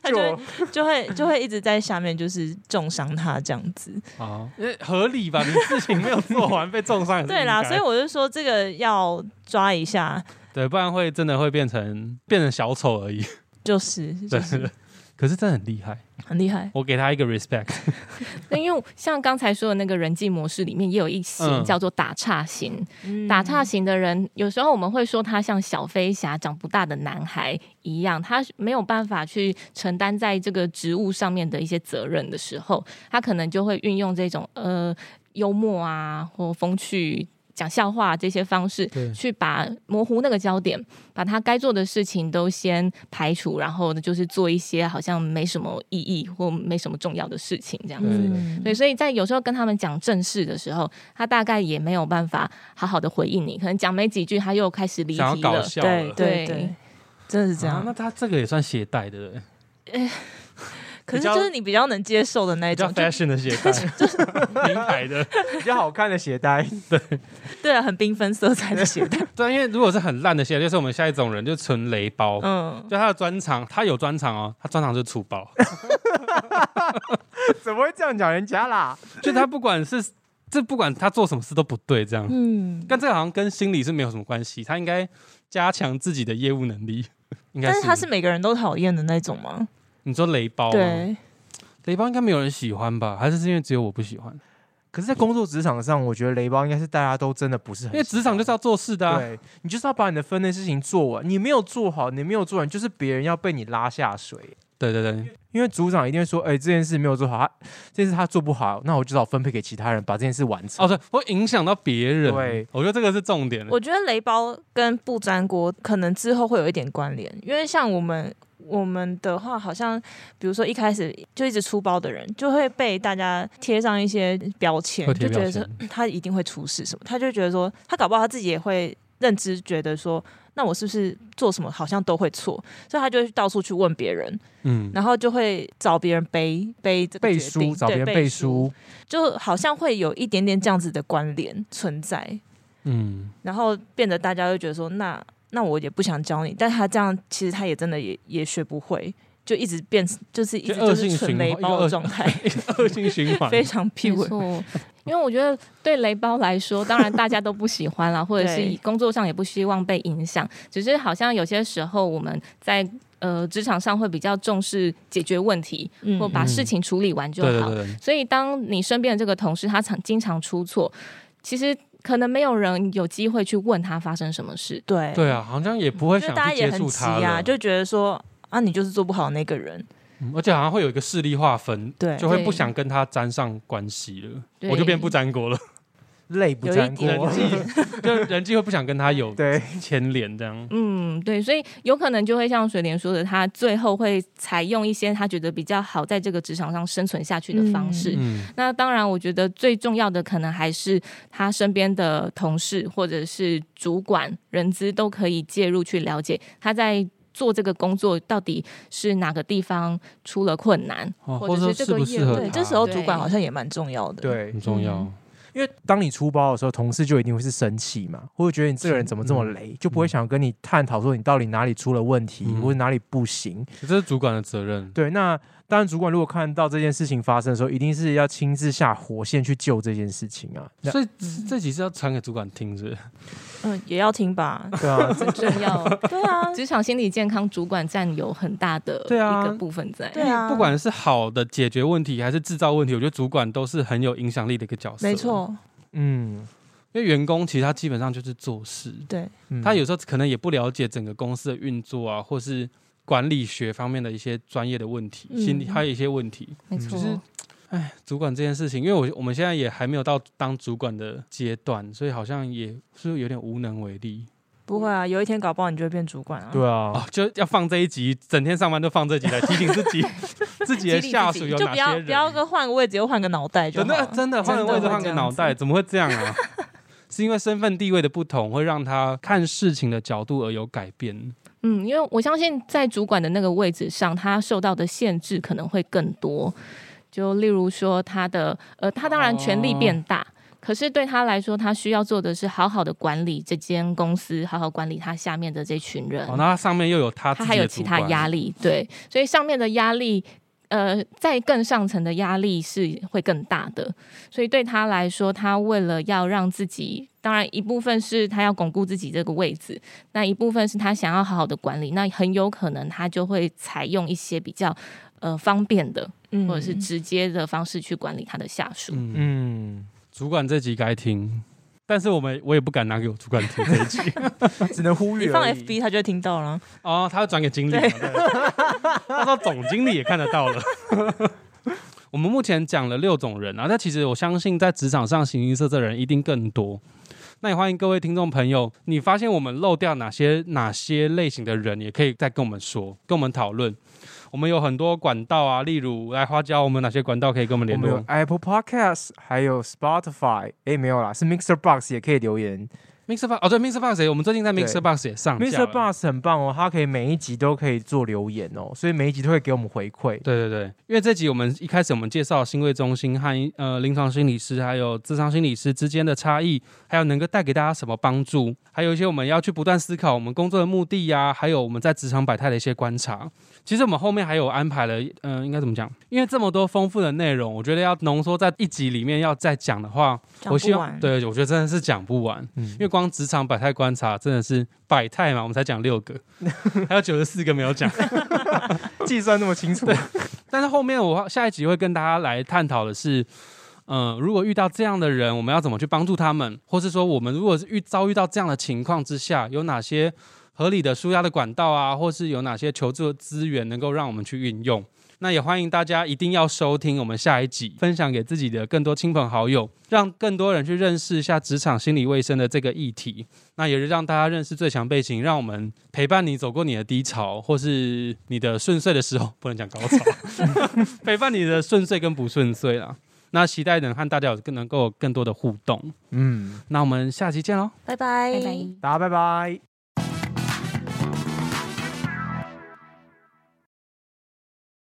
Speaker 2: 他就会就会就会一直在下面就是重伤他这样子。
Speaker 1: 好，因为合理吧？你事情没有做完被重伤也是应该，
Speaker 2: 对啦，所以我就说这个要抓一下，
Speaker 1: 对，不然会真的会变成变成小丑 而已。
Speaker 2: 就是
Speaker 1: 对
Speaker 2: 就，是
Speaker 1: 可是真的很厉害，
Speaker 2: 很厉害。
Speaker 1: 我给他一个 respect。
Speaker 4: 那因为像刚才说的那个人际模式里面，也有一
Speaker 1: 嗯
Speaker 4: 型叫做打岔型。
Speaker 2: 嗯
Speaker 4: 打岔型的人，有时候我们会说他像小飞侠长不大的男孩一样，他没有办法去承担在这个职务上面的一些责任的时候，他可能就会运用这种呃幽默啊或风趣。讲笑话这些方式
Speaker 1: 对，
Speaker 4: 去把模糊那个焦点，把他该做的事情都先排除，然后呢，就是做一些好像没什么意义或没什么重要的事情这样子。
Speaker 2: 嗯，
Speaker 4: 对，所以在有时候跟他们讲正事的时候，他大概也没有办法好好的回应你，可能讲没几句他又开始离
Speaker 1: 想
Speaker 4: 题
Speaker 1: 要搞
Speaker 4: 了。
Speaker 1: 笑
Speaker 2: 对
Speaker 1: 了，
Speaker 2: 对
Speaker 4: 对
Speaker 2: 对，真的是这
Speaker 1: 啊
Speaker 2: 样哎
Speaker 1: 那。他这个也算携带，对不对？
Speaker 2: 可是
Speaker 1: 比较
Speaker 2: 就是你比较能接受的那
Speaker 1: 比
Speaker 2: 一
Speaker 1: 较
Speaker 2: 种，就
Speaker 1: fashion 的携带， 名牌的。
Speaker 3: 比较好看的鞋带，
Speaker 2: 对啊，很缤纷色彩的 鞋带。
Speaker 1: 对，啊因为如果是很烂的鞋，就是我们下一种人，就纯雷包。
Speaker 2: 嗯，
Speaker 1: 就他的专长，他有专长哦，他专长就是粗 暴，
Speaker 3: 怎么会这样讲人家啦？
Speaker 1: 就他不管是这不管他做什么事都不对，这样。
Speaker 2: 嗯，
Speaker 1: 但这个好像跟心理是没有什么关系，他应该加强自己的业务能力。应该
Speaker 2: 但是他是每个人都讨厌的那种吗？
Speaker 1: 你说雷包吗，
Speaker 2: 对，
Speaker 1: 雷包应该没有人喜欢吧？还是是因为只有我不喜欢？
Speaker 3: 可是，在工作职场上，我觉得雷包应该是大家都真的不是很喜欢，
Speaker 1: 因为职场就是要做事的、啊，
Speaker 3: 对你就是要把你的分内事情做完，你没有做好，你没有做完，就是别人要被你拉下水。
Speaker 1: 对对对，
Speaker 3: 因为组长一定会说，哎、这件事没有做好，他这件事他做不好，那我就只好分配给其他人把这件事完成。
Speaker 1: 哦对，会影响到别人，
Speaker 3: 对，
Speaker 1: 我觉得这个是重点。
Speaker 2: 我觉得雷包跟不粘锅可能之后会有一点关联，因为像我们我们的话，好像比如说一开始就一直出包的人，就会被大家贴上一些标签
Speaker 1: 会，贴
Speaker 2: 就
Speaker 1: 标
Speaker 2: 觉得
Speaker 1: 签
Speaker 2: 说嗯他一定会出事什么，他就觉得说他搞不好他自己也会认知觉得说。那我是不是做什么好像都会错，所以他就会到处去问别人，
Speaker 1: 嗯，
Speaker 2: 然后就会找别人背背这个
Speaker 3: 背
Speaker 2: 决定
Speaker 3: 书找
Speaker 2: 对
Speaker 3: 别人
Speaker 2: 背
Speaker 3: 背书，
Speaker 2: 就好像会有一点点这样子的关联存在，
Speaker 1: 嗯，
Speaker 2: 然后变得大家就觉得说，那那我也不想教你，但他这样其实他也真的也也学不会，就一直变就是一直
Speaker 1: 就恶
Speaker 2: 就
Speaker 1: 性
Speaker 2: 是
Speaker 1: 循
Speaker 2: 纯
Speaker 1: 环
Speaker 2: 雷包的状态，
Speaker 1: 恶性循环。
Speaker 2: 非常 pure。
Speaker 4: 错，因为我觉得对雷包来说，当然大家都不喜欢啦，或者
Speaker 2: 对
Speaker 4: 是工作上也不希望被影响，只是好像有些时候我们在。呃，职场上会比较重视解决问题，
Speaker 2: 嗯
Speaker 4: 或把事情处理完就
Speaker 1: 对
Speaker 4: 好。
Speaker 1: 对对对，
Speaker 4: 所以，当你身边的这个同事他常经常出错，其实可能没有人有机会去问他发生什么事。
Speaker 2: 对
Speaker 1: 对，啊，好像也不会
Speaker 2: 就
Speaker 1: 想
Speaker 2: 大家
Speaker 1: 去接
Speaker 2: 也很
Speaker 1: 触
Speaker 2: 急
Speaker 1: 他
Speaker 2: 啊，
Speaker 1: 了
Speaker 2: 就觉得说啊，你就是做不好那个人，
Speaker 1: 嗯而且好像会有一个势力划分，
Speaker 2: 对
Speaker 1: 就会不
Speaker 4: 对
Speaker 1: 想跟他沾上关系了，
Speaker 4: 对
Speaker 1: 我就变不沾锅了，
Speaker 3: 累不
Speaker 2: 有一
Speaker 3: 沾
Speaker 2: 点
Speaker 3: 锅
Speaker 1: 人。 际就人际会不想跟他有
Speaker 3: 对，
Speaker 1: 牵连这样。
Speaker 4: 嗯，对，所以有可能就会像水莲说的，他最后会采用一些他觉得比较好在这个职场上生存下去的方式。
Speaker 1: 嗯，
Speaker 4: 那当然，我觉得最重要的可能还是他身边的同事或者是主管、人资都可以介入去了解他在做这个工作到底是哪个地方出了困难，
Speaker 1: 哦
Speaker 4: 或
Speaker 1: 或
Speaker 4: 者
Speaker 1: 者
Speaker 4: 是这
Speaker 1: 适
Speaker 4: 个
Speaker 1: 不
Speaker 4: 业
Speaker 1: 适合
Speaker 4: 务
Speaker 2: 对，
Speaker 1: 他
Speaker 2: 这时候
Speaker 4: 对
Speaker 2: 主管好像也蛮重要的。，
Speaker 3: 对
Speaker 1: 很重要
Speaker 4: 嗯。
Speaker 3: 因为当你出包的时候，同事就一定会是生气嘛，或者觉得你这个人怎么这么
Speaker 1: 嗯
Speaker 3: 雷，就不会想跟你探讨说你到底哪里出了问题，
Speaker 1: 嗯
Speaker 3: 或者哪里不行。
Speaker 1: 这是主管的责任。
Speaker 3: 对，那当然，主管如果看到这件事情发生的时候，一定是要亲自下火线去救这件事情啊。那
Speaker 1: 所以这这集是要传给主管听，是不是？
Speaker 2: 嗯，也要听吧。
Speaker 3: 对啊，
Speaker 4: 很重要。
Speaker 2: 对啊，
Speaker 4: 职场心理健康主管占有很大的
Speaker 3: 对啊
Speaker 4: 一个部分在。
Speaker 2: 对啊，
Speaker 1: 不管是好的解决问题还是制造问题，我觉得主管都是很有影响力的一个角色。
Speaker 2: 没，错，
Speaker 3: 嗯，
Speaker 1: 因为员工其实他基本上就是做事，
Speaker 2: 对，
Speaker 3: 嗯
Speaker 1: 他有时候可能也不了解整个公司的运作啊，或是管理学方面的一些专业的问题，
Speaker 2: 嗯
Speaker 1: 心理还有一些问题。
Speaker 4: 没
Speaker 3: 嗯
Speaker 4: 错，
Speaker 1: 就是主管这件事情，因为我我们现在也还没有到当主管的阶段，所以好像也是有点无能为力
Speaker 2: 不会啊，有一天搞不好你就会变主管啊。
Speaker 3: 对啊，
Speaker 1: 哦，就要放这一集，整天上班都放这集来提醒自 己自己的下属有
Speaker 2: 就
Speaker 1: 哪
Speaker 2: 不
Speaker 1: 些
Speaker 2: 要
Speaker 1: 人。
Speaker 2: 不要个换个位置又换个脑袋就
Speaker 1: 真
Speaker 2: 好
Speaker 1: 的啊
Speaker 2: 了。
Speaker 1: 真的换个位置换个脑袋，怎么会这样啊？是因为身份地位的不同，会让他看事情的角度而有改变。
Speaker 4: 嗯，因为我相信在主管的那个位置上，他受到的限制可能会更多。就例如说，他的呃，他当然权力变大，可是对他来说，他需要做的是好好的管理这间公司，好好管理他下面的这群人。
Speaker 1: 哦，那他上面又有他自己
Speaker 4: 他嗯还有
Speaker 1: 的
Speaker 4: 其
Speaker 1: 主
Speaker 4: 他
Speaker 1: 管，
Speaker 4: 压力，对，所以上面的压力，呃，在更上层的压力是会更大的，所以对他来说，他为了要让自己，当然一部分是他要巩固自己这个位置，那一部分是他想要好好的管理，那很有可能他就会采用一些比较呃方便的
Speaker 2: 嗯
Speaker 4: 或者是直接的方式去管理他的下属。
Speaker 1: 嗯，
Speaker 3: 嗯，
Speaker 1: 主管这集该听，但是我们我也不敢拿给我主管 听这一集
Speaker 3: 只能忽
Speaker 2: 你
Speaker 3: 略
Speaker 2: 放
Speaker 3: 而已
Speaker 2: FB 他就会听到了。
Speaker 1: 哦，他要转给经理嘛，对，到时候总经理也看得到了。 我们目前讲了六种人啊，那其实我相信在职场上形形色色的人一定更多。那也欢迎各位听众朋友，你发现我们漏掉哪些哪些类型的人，也可以再跟我们说，跟我们讨论。我们有很多管道啊，例如来花椒，我们有哪些管道可以跟我们
Speaker 3: 我
Speaker 1: 联
Speaker 3: 们有
Speaker 1: 络
Speaker 3: Apple Podcast，还有 Spotify，哎，没有啦，是 Mixer Box 也可以留言。
Speaker 1: ？Mixer Box 哦，对，Mixer Box 也我们最近在
Speaker 3: 对
Speaker 1: Mixer Box 也上架
Speaker 3: Mr.
Speaker 1: 了
Speaker 3: Bus 很棒哦，他可以每一集都可以做留言哦，所以每一集都会给我们回 馈。
Speaker 1: 对对对，因为这集我们一开始我们介绍心卫中心和呃临床心理师还有智商心理师之间的差异，还有能够带给大家什么帮助，还有一些我们要去不断思考我们工作的目的呀、还有我们在职场百态的一些观察。其实我们后面还有安排了，嗯、应该怎么讲？因为这么多丰富的内容，我觉得要浓缩在一集里面要再讲的话，
Speaker 2: 讲
Speaker 1: 我希
Speaker 2: 不
Speaker 1: 望
Speaker 2: 完，
Speaker 1: 对，我觉得真的是讲不完，
Speaker 3: 嗯
Speaker 1: 因为光职场百态观察真的是百态嘛，我们才讲 六个，还有九十四个没有讲。
Speaker 3: 计算那么清楚，
Speaker 1: 但是后面我下一集会跟大家来探讨的是，嗯、如果遇到这样的人，我们要怎么去帮助他们，或是说我们如果是遇遭遇到这样的情况之下，有哪些合理的舒压的管道啊，或是有哪些求助的资源能够让我们去运用。那也欢迎大家一定要收听我们下一集，分享给自己的更多亲朋好友，让更多人去认识一下职场心理卫生的这个议题。那也是让大家认识最强背景，让我们陪伴你走过你的低潮，或是你的顺遂的时候，不能讲高潮，陪伴你的顺遂跟不顺遂啦。那期待能和大家有更能够有更多的互动。
Speaker 3: 嗯，
Speaker 1: 那我们下期见喽。
Speaker 2: 拜拜
Speaker 4: 拜拜。
Speaker 3: 大家拜拜。